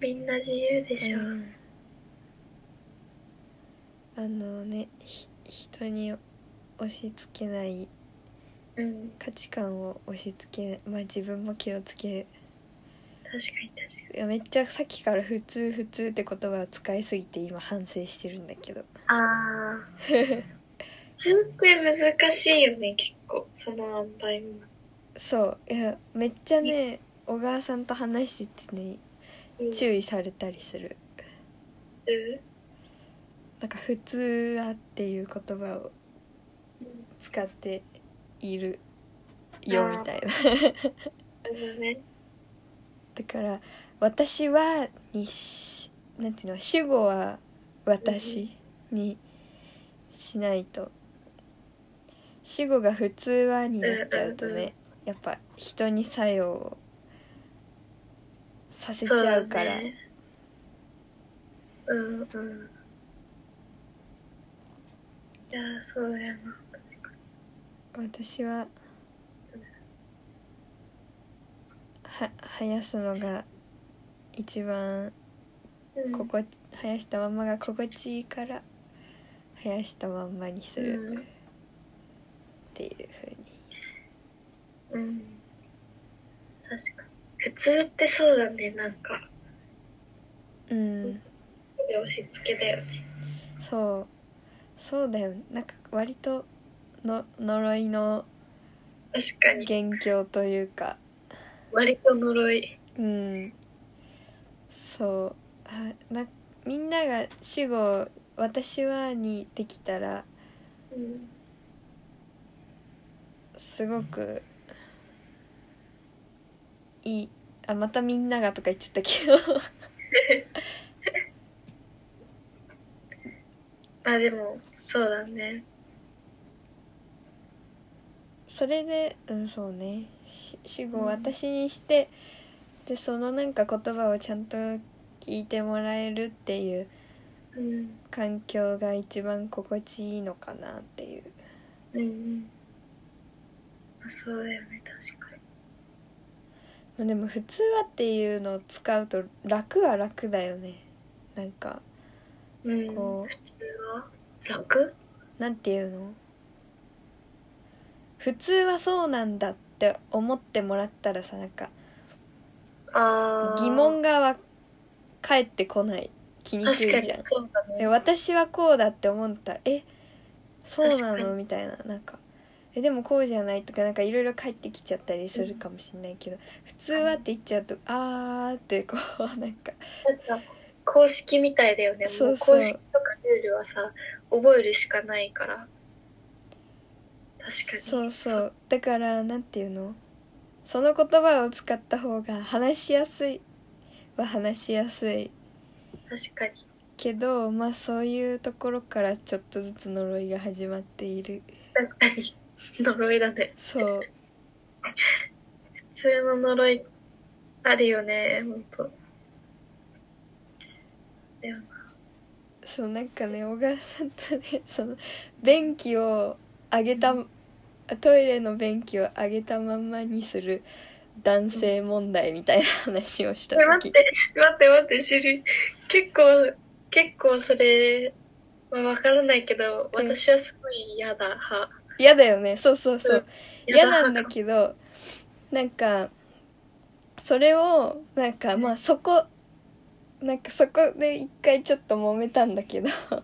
みんな自由でしょ。
うんあのねひ人に押し付けない
うん、
価値観を押し付けまあ自分も気をつけ
確かに確かに。
いやめっちゃさっきから「普通普通」って言葉を使いすぎて今反省してるんだけど
ああ。 ずって難しいよね、結構。その塩梅も。
そういやめっちゃね小川さんと話しててね
うん
注意されたりするなんか「普通は」っていう言葉を
うん
使っているよみたいな
そうだね。
だから「私は」にしなんていうの主語は「私」にしないと主語が「普通は」になっちゃうと
うんうんうん
ねやっぱ人に作用をさせちゃうから
ね、うんうんいやそうやな確か
私はは生やすのが一番
うん
ここ生やしたままが心地いいから生やしたまんまにす
う
る
ん
っていうふうに
うん確かに普通ってそうだねなんか
うん
で押し付けだよね
そうそうだよねなんか割との呪いの
確かに
元凶というか
割と呪い
うんそうあなみんなが死後「私は」にできたら
うん
すごくいいあまたみんながとか言っちゃったけど
まあでもそうだね
それでうんそうねし死後
うん
私にして、でそのなんか言葉をちゃんと聞いてもらえるっていう
うん
環境が一番心地いいのかなっていう
うんうんまあそうだよね確か
まあでも「普通は」っていうのを使うと楽は楽だよねなんか
にうん
こう
普通は楽
なんていうの普通はそうなんだって思ってもらったらさなんか
あー
疑問がわ返ってこない気にく
確か
い
に
じゃん
そうだ
え
ね
私はこうだって思ったらえそうな
確か
のみたいななんかえでもこうじゃないとかなんかいろいろ返ってきちゃったりするかもしれないけど、普通はって言っちゃうとあーってこう なんか
なんか公式みたいだよね
そうそう
もう公式とかルールはさ覚えるしかないから確かに
そうそうだからなんていうのその言葉を使った方が話しやすいは話しやすい
確かに
けどまあそういうところからちょっとずつ呪いが始まっている
確かに 呪いだね
そう
普通の呪いあるよねほんとだよな
そうなんかね小川さんとねその便器をあげたトイレの便器をあげたまんまにする男性問題みたいな話をした
え待
時
って待って待って知り結構結構それまあわからないけど
うん
私はすごい嫌だ派
嫌だよねそうそうそう、
うん
嫌なんだ
ど
けどなんかそれをなんかまあそこなんかそこで一回ちょっと揉めたんだけど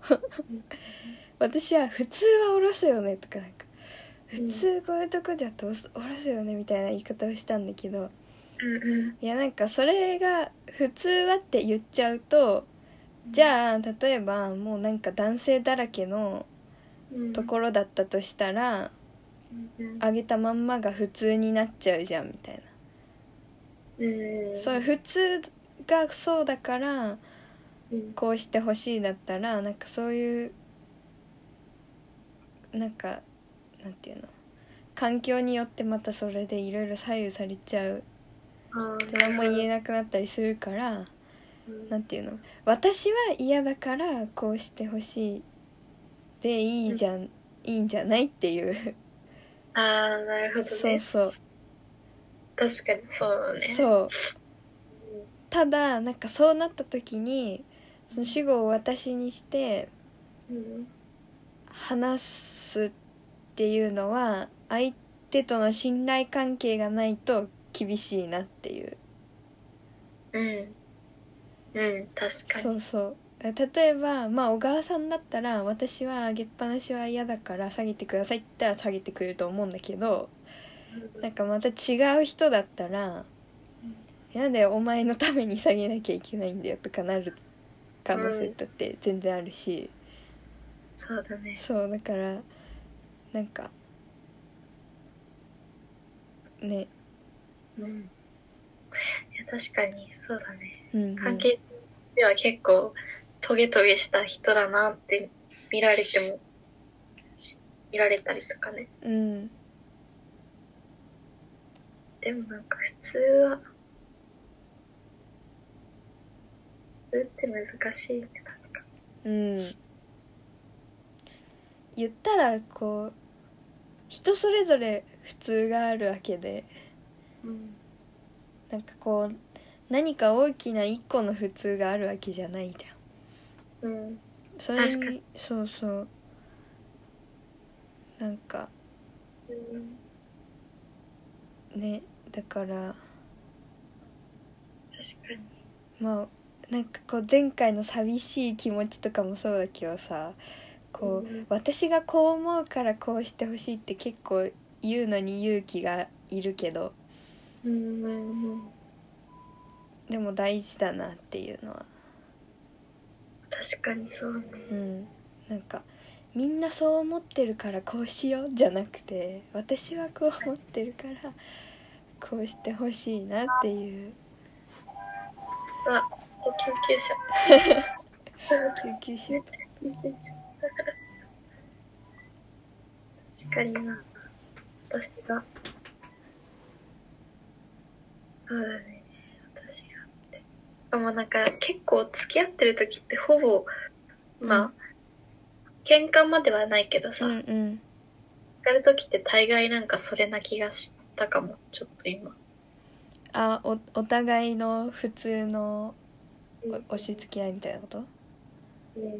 私は「普通はおろすよね」とかなんか「
う
普
ん
通こういうとこだとおろすおろすよね」みたいな言い方をしたんだけど
うんうん
いやなんかそれが「普通は」って言っちゃうとじゃあ例えばもうなんか男性だらけの
うん
ところだったとしたら
うん
あげたまんまが普通になっちゃうじゃんみたいな。
うん
そう普通がそうだから
うん
こうしてほしいだったらなんかそういうなんかなんていうの環境によってまたそれでいろいろ左右されちゃう
あ
って
ー
何も言えなくなったりするから
うん
なんていうの私は嫌だからこうしてほしいでいいじゃん、いいんじゃないっていう
あーなるほど
そう
ね
そう
確かにそうだね
そうただなんかそうなった時にその主語を私にして
うん
話すっていうのは相手との信頼関係がないと厳しいなっていう
うんうん確かに
そうそう例えばまあ小川さんだったら私は上げっぱなしは嫌だから下げてくださいって言ったら下げてくれると思うんだけどなんかまた違う人だったら
う
「
ん
なんでお前のために下げなきゃいけないんだよ」とかなる可能性だって全然あるし。
そうだね
そうだからなんかね
うんいや確かにそうだね
うん、
関係では結構トゲトゲした人だなって見られても見られたりとかね
うん
でもなんか普通は普通って難しいって感じか
うん言ったらこう人それぞれ普通があるわけで
うん
なんかこう何か大きな一個の普通があるわけじゃないじゃん
うん
それ
確かに
そうそうなんか
うん
ねだから
確かに
まあなんかこう前回の寂しい気持ちとかもそうだけどさこう、
うん
私がこう思うからこうしてほしいって結構言うのに勇気がいるけど
うんうんうん
でも大事だなっていうのは
確かにそうね
うんなんかみんなそう思ってるからこうしようじゃなくて私はこう思ってるからこうしてほしいなっていう
あじゃあ救急車
救急車と
救急車確かにな私がそうだね私がってあもうなんか結構付き合ってる時ってほぼまあ、
うん
喧嘩まではないけどさ、
う
う
う
ん
ん
やる時って大概なんかそれな気がしたかもちょっと今
あおお互いの普通のお押し付け合いみたいなこと
うん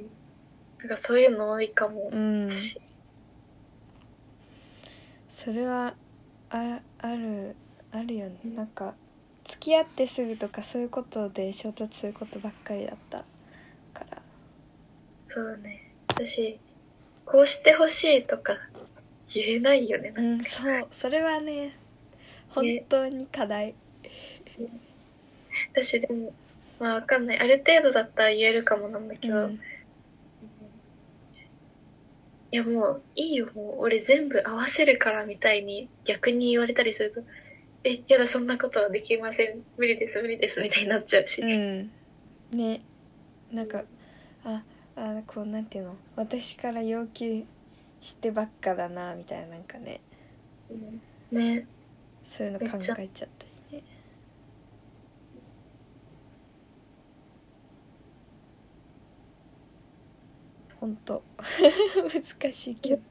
なんかそういうの多いかも、
うん
私
それはああるあるよね
うん
なんか付き合ってすぐとかそういうことで衝突することばっかりだったから
そうね私こうしてほしいとか言えないよね
う
なん
んそうそれはね本当に課題、
私でもまあわかんないある程度だったら言えるかもなんだけ
う
ど、
ん、
いやもういいよもう俺全部合わせるからみたいに逆に言われたりすると「えやだそんなことはできません無理です無理です」みたいになっちゃうし、
うん、ねなんかああこうなんていうの私から要求してばっかだなみたいななんかね
うんね
そういうの考
めっちゃ
えちゃったりねほんと 難しいけど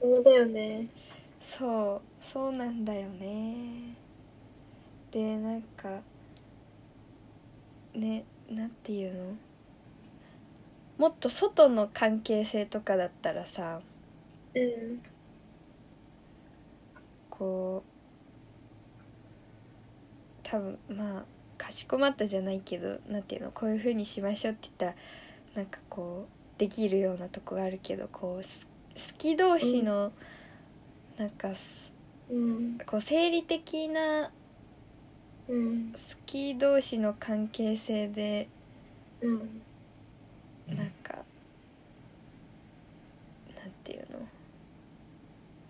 そうだよね
そうそうなんだよねでなんかねなんていうのもっと外の関係性とかだったらさ
うん
こう多分まあかしこまったじゃないけどなんていうのこういうふうにしましょうって言ったらなんかこうできるようなとこがあるけどこうす好き同士の、なんかす
うん
こう生理的な
うん
好き同士の関係性で
うん
なんかなんていうの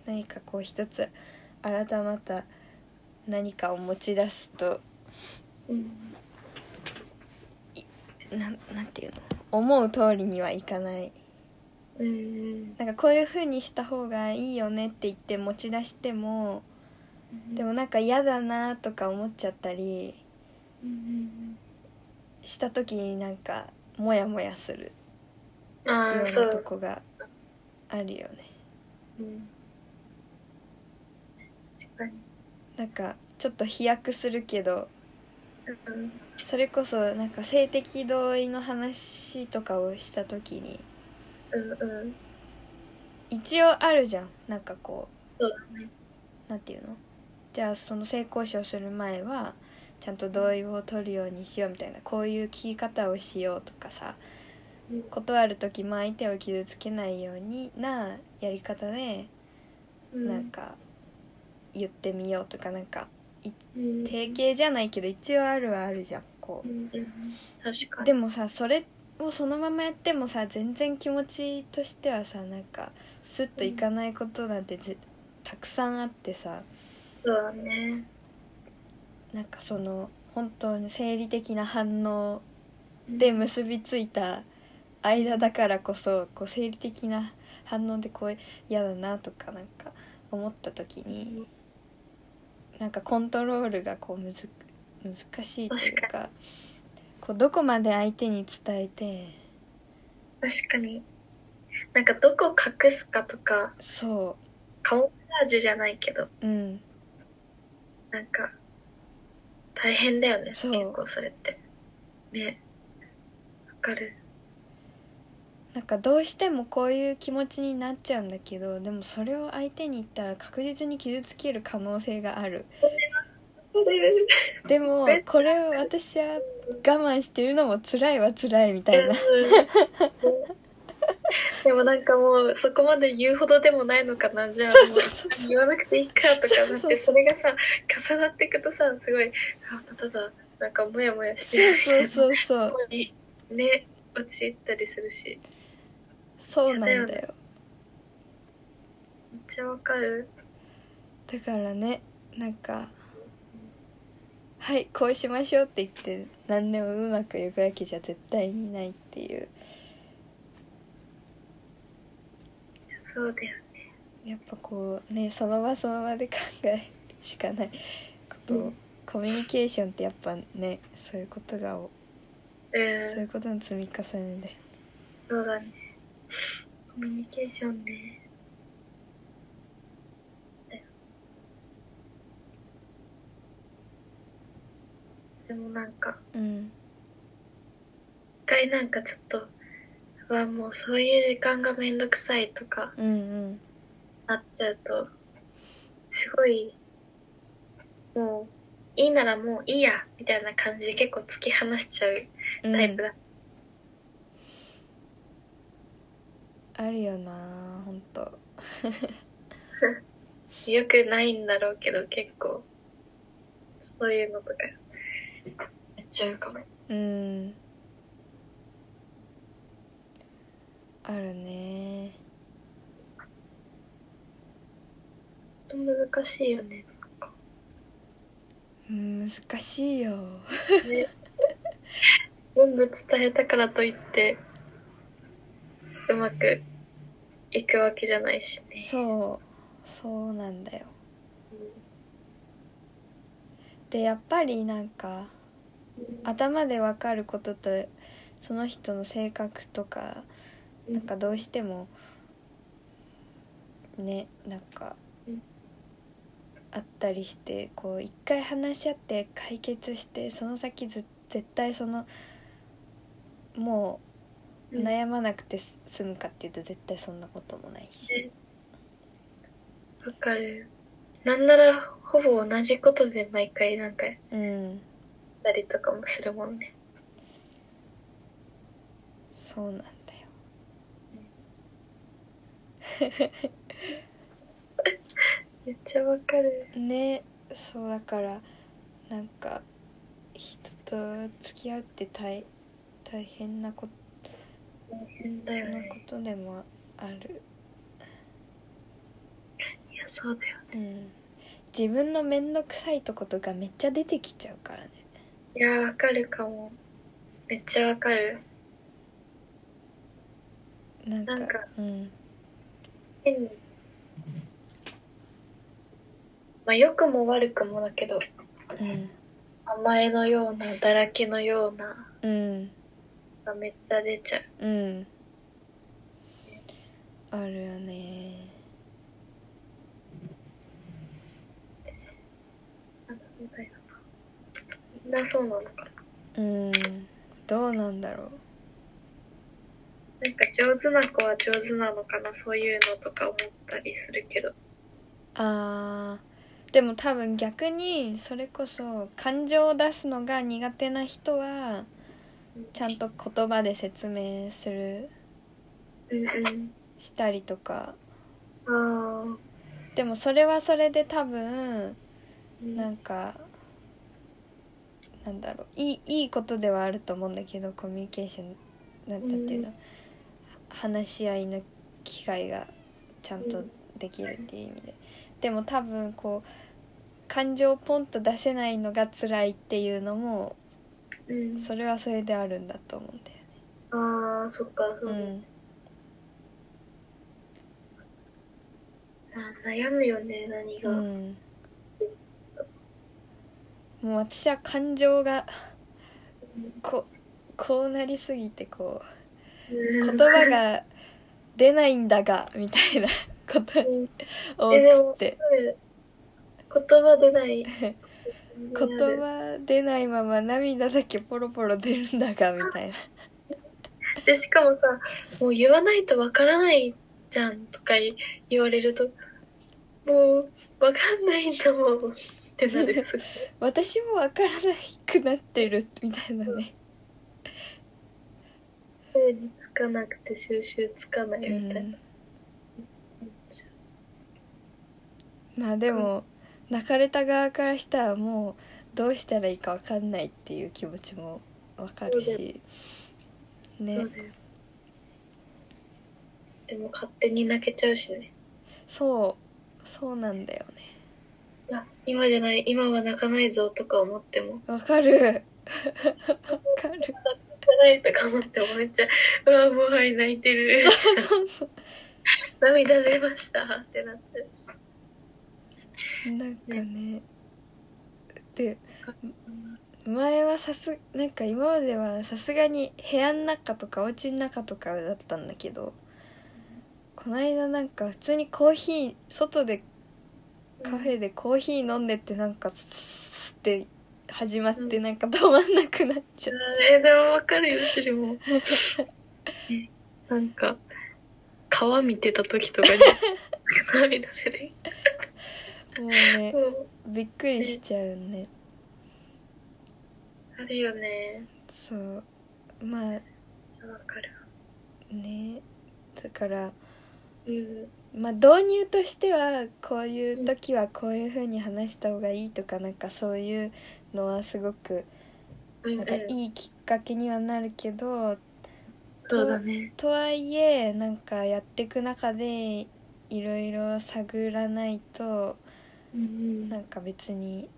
何かこう一つ改まった何かを持ち出すと
うん
なんなんていうの思う通りにはいかない
うん
なんかこういう風にした方がいいよねって言って持ち出してもでもなんか嫌だなとか思っちゃったり
うん
した時になんかモヤモヤするよ
ああ
う
そ
なと
う、
こがあるよね
うん、確かに、
なんかちょっと飛躍するけど
うん、
それこそなんか性的同意の話とかをした時に
うんうん
一応あるじゃんなんかこう
そうだね
なんていうのじゃあその性交渉する前はちゃんと同意を取るようにしようみたいなこういう聞き方をしようとかさ
うん
断る時も相手を傷つけないようになやり方で
う
なんか言ってみようとかなんか
うん
定型じゃないけど一応あるはあるじゃんこ
う
うん
うん確かに
でもさそれをそのままやってもさ全然気持ちとしてはさなんかスッといかないことなんてぜたくさんあってさ、
そうだね
なんかその本当に生理的な反応で結びついた間だからこそこう生理的な反応でこう嫌だなとかなんか思った時になんかコントロールがこうむず難しいというか
確
こうどこまで相手に伝えて
確かになんかどこ隠すかとか
そ
カモフラージュじゃないけど
ううん
なんか大変だよね
そう
結構それってねわかる
なんかどうしてもこういう気持ちになっちゃうんだけどでもそれを相手に言ったら確実に傷つける可能性があるでも
え
これを私は我慢してるのも辛いは辛いみたいな
うん でもなんかもうそこまで言うほどでもないのかなじゃあ
そうそうそう
もう言わなくていいかと
そうそう
かなっ
そう
てそれがさ重なっていくとさすごいあまただなんかモヤモヤして
そうそうそうそう
ここに ね陥ったりするし
そうなんだよ
めっちゃわかる
だからねなんか「はいこうしましょう」って言って何でもうまくいくわけじゃ絶対にないっていう
そうだよね
やっぱこうねその場その場で考えるしかないことを、
うん
コミュニケーションってやっぱねそういうことがお
うん
そういうことの積み重ねで
そうだね。コミュニケーションね。だよでもなんか、
うん
一回なんかちょっと、うわ、もうそういう時間がめんどくさいとか
うんうん
なっちゃうと、すごい、もう、いいならもういいや、みたいな感じで結構突き放しちゃう
うん
タイプだ。
あるよなほんと
よくないんだろうけど結構そういうのとかやっちゃうかも
うんあるね
難しいよ ねなんか
うん難しいよ
ね全部伝えたからといってうまくいくわけじゃないしね
そうそうなんだよでやっぱりなんか頭でわかることとその人の性格とかなんかどうしてもねなんか
うん
あったりしてこう一回話し合って解決してその先ず絶対そのもう
うんね
悩まなくてす済むかっていうと絶対そんなこともないし
わかるなんならほぼ同じことで毎回なんかやっ
うん
たりとかもするもんね
そうなんだよ
めっちゃわかる
ねそうだからなんか人と付き合うって大大変なこと
大変だよ
な
ね
ことでもある、
いやそうだよ
うん、自分の面倒くさいとことがめっちゃ出てきちゃうからね
いやーわかるかもめっちゃわかる
なんか
なんか
うん、
変にまあ良くも悪くもだけど
うん
甘えのようなだらけのような
うん
がめっちゃ出ちゃう
うんあるよね
あそうだよなみんなそうなのか
う
な
んどうなんだろう
なんか上手な子は上手なのかなそういうのとか思ったりするけど
あーでも多分逆にそれこそ感情を出すのが苦手な人はちゃんと言葉で説明する
うんうん
したりとか
あ
でもそれはそれで多分
ー
なんかなんだろういいいいことではあると思うんだけどコミュニケーションなんだっていうの、
う
話し合いの機会がちゃんとできるっていう意味で、でも多分こう感情をポンと出せないのが辛いっていうのも
うん
それはそれであるんだと思うんだよね。
ああそっかそう
う
だね、
ん、
あー悩むよね何が、
うん、もう私は感情がここうなりすぎてこう
言
言葉が出ないんだがみたいなこと
うん
を
えでも
って
言葉出ない
言葉出ないまま涙だけポロポロ出るんだがみたいな
でしかもさもう言わないとわからないじゃんとか言われるともうわかんないんだもんってな るすごい
私もわからなくなってるみたいなね
声につかなくて収集つかないみたいな、
まあでも泣かれた側からしたらもうどうしたらいいかわかんないっていう気持ちもわかるしね
そうだよでも勝手に泣けちゃうしね
そうそうなんだよね
いや今じゃない今は泣かないぞとか思っても泣
わかるわかる
かないとか思ってもめっちゃ「うわもうはい泣いて る
そうそう
涙出ました」ってなっちゃうし
なんかねで前はさすなんか今まではさすがに部屋の中とかお家の中とかだったんだけどこの間なんか普通にコーヒー外でカフェでコーヒー飲んでってなんかスッスッって始まってなんか止まんなくなっちゃう
えーでもわかるよシリも ねなんか川見てた時とか に涙出て
もうね
もう
びっくりしちゃうね
あるよね
そうまあ
わかる
ねだから
うん
まあ導入としてはこういう時はこういう風に話した方がいいとかなんかそういうのはすごく
うん
なんか
うん
いいきっかけにはなるけど
そうだね
とはいえなんかやってく中でいろいろ探らないと
うん
なんか別に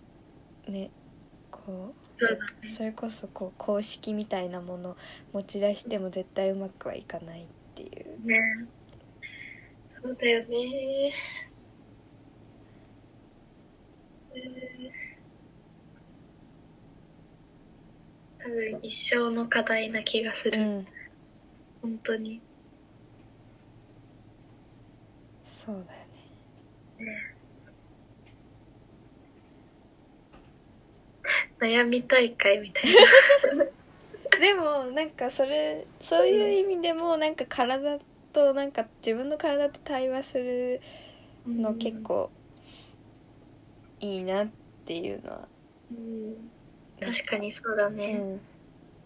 ねこ
そうだ
う
ね
それこそこう公式みたいなもの持ち出しても絶対うまくはいかないっていう
ねそうだよねうん多分一生の課題な気がす
う
る、
ん
本当に
そうだよね
悩み大会みたい
でもなんかそれそういう意味でもなんか体となんか自分の体と対話する
な
の結、構いいなっていうのは、
うん、確かにそうだ
う
ね、
ん、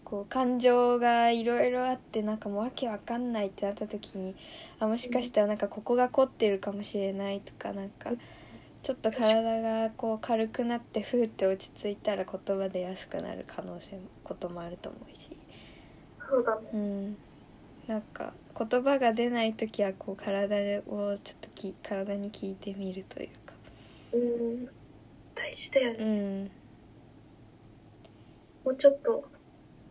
こう感情がいろいろあってなんかもうわけわかんないってなった時にあもしかしたらなんかここが凝ってるかもしれないとかなんかちょっと体がこう軽くなってふーって落ち着いたら言葉で安くなる可能性もこともあると思うし。
そうだね
うん、なんか言葉が出ない時はこう体をちょっとき体に聞いてみるというか、
うん大事だよね、
うん、
もうちょっと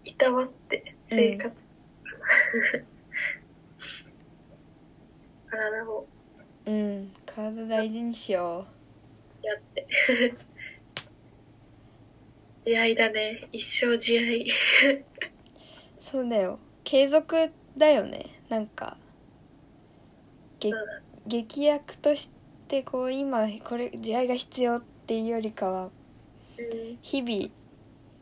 いたわって生活、 体を
うん、体大事にしよ
やって慈愛だね一生慈愛
うそうだよ継続だよねなんかげ
そう
劇薬としてこう今これ慈愛が必要っていうよりかは
うん
日々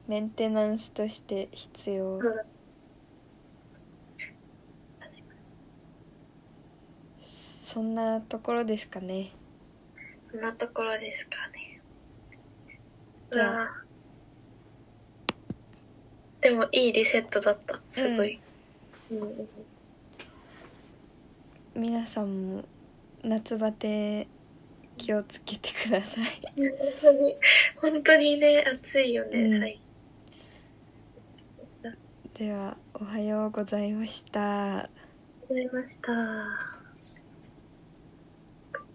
メンテナンスとして必要
そうだ
そんなところですかね
そんなところですかね
じゃあ
うわでもいいリセットだったすごい、うんうん
皆さんも夏バテ気をつけてください
本当に本当にね暑いよ
う
ね
ん
最近。ありが
ではおはようございました。
とうございました。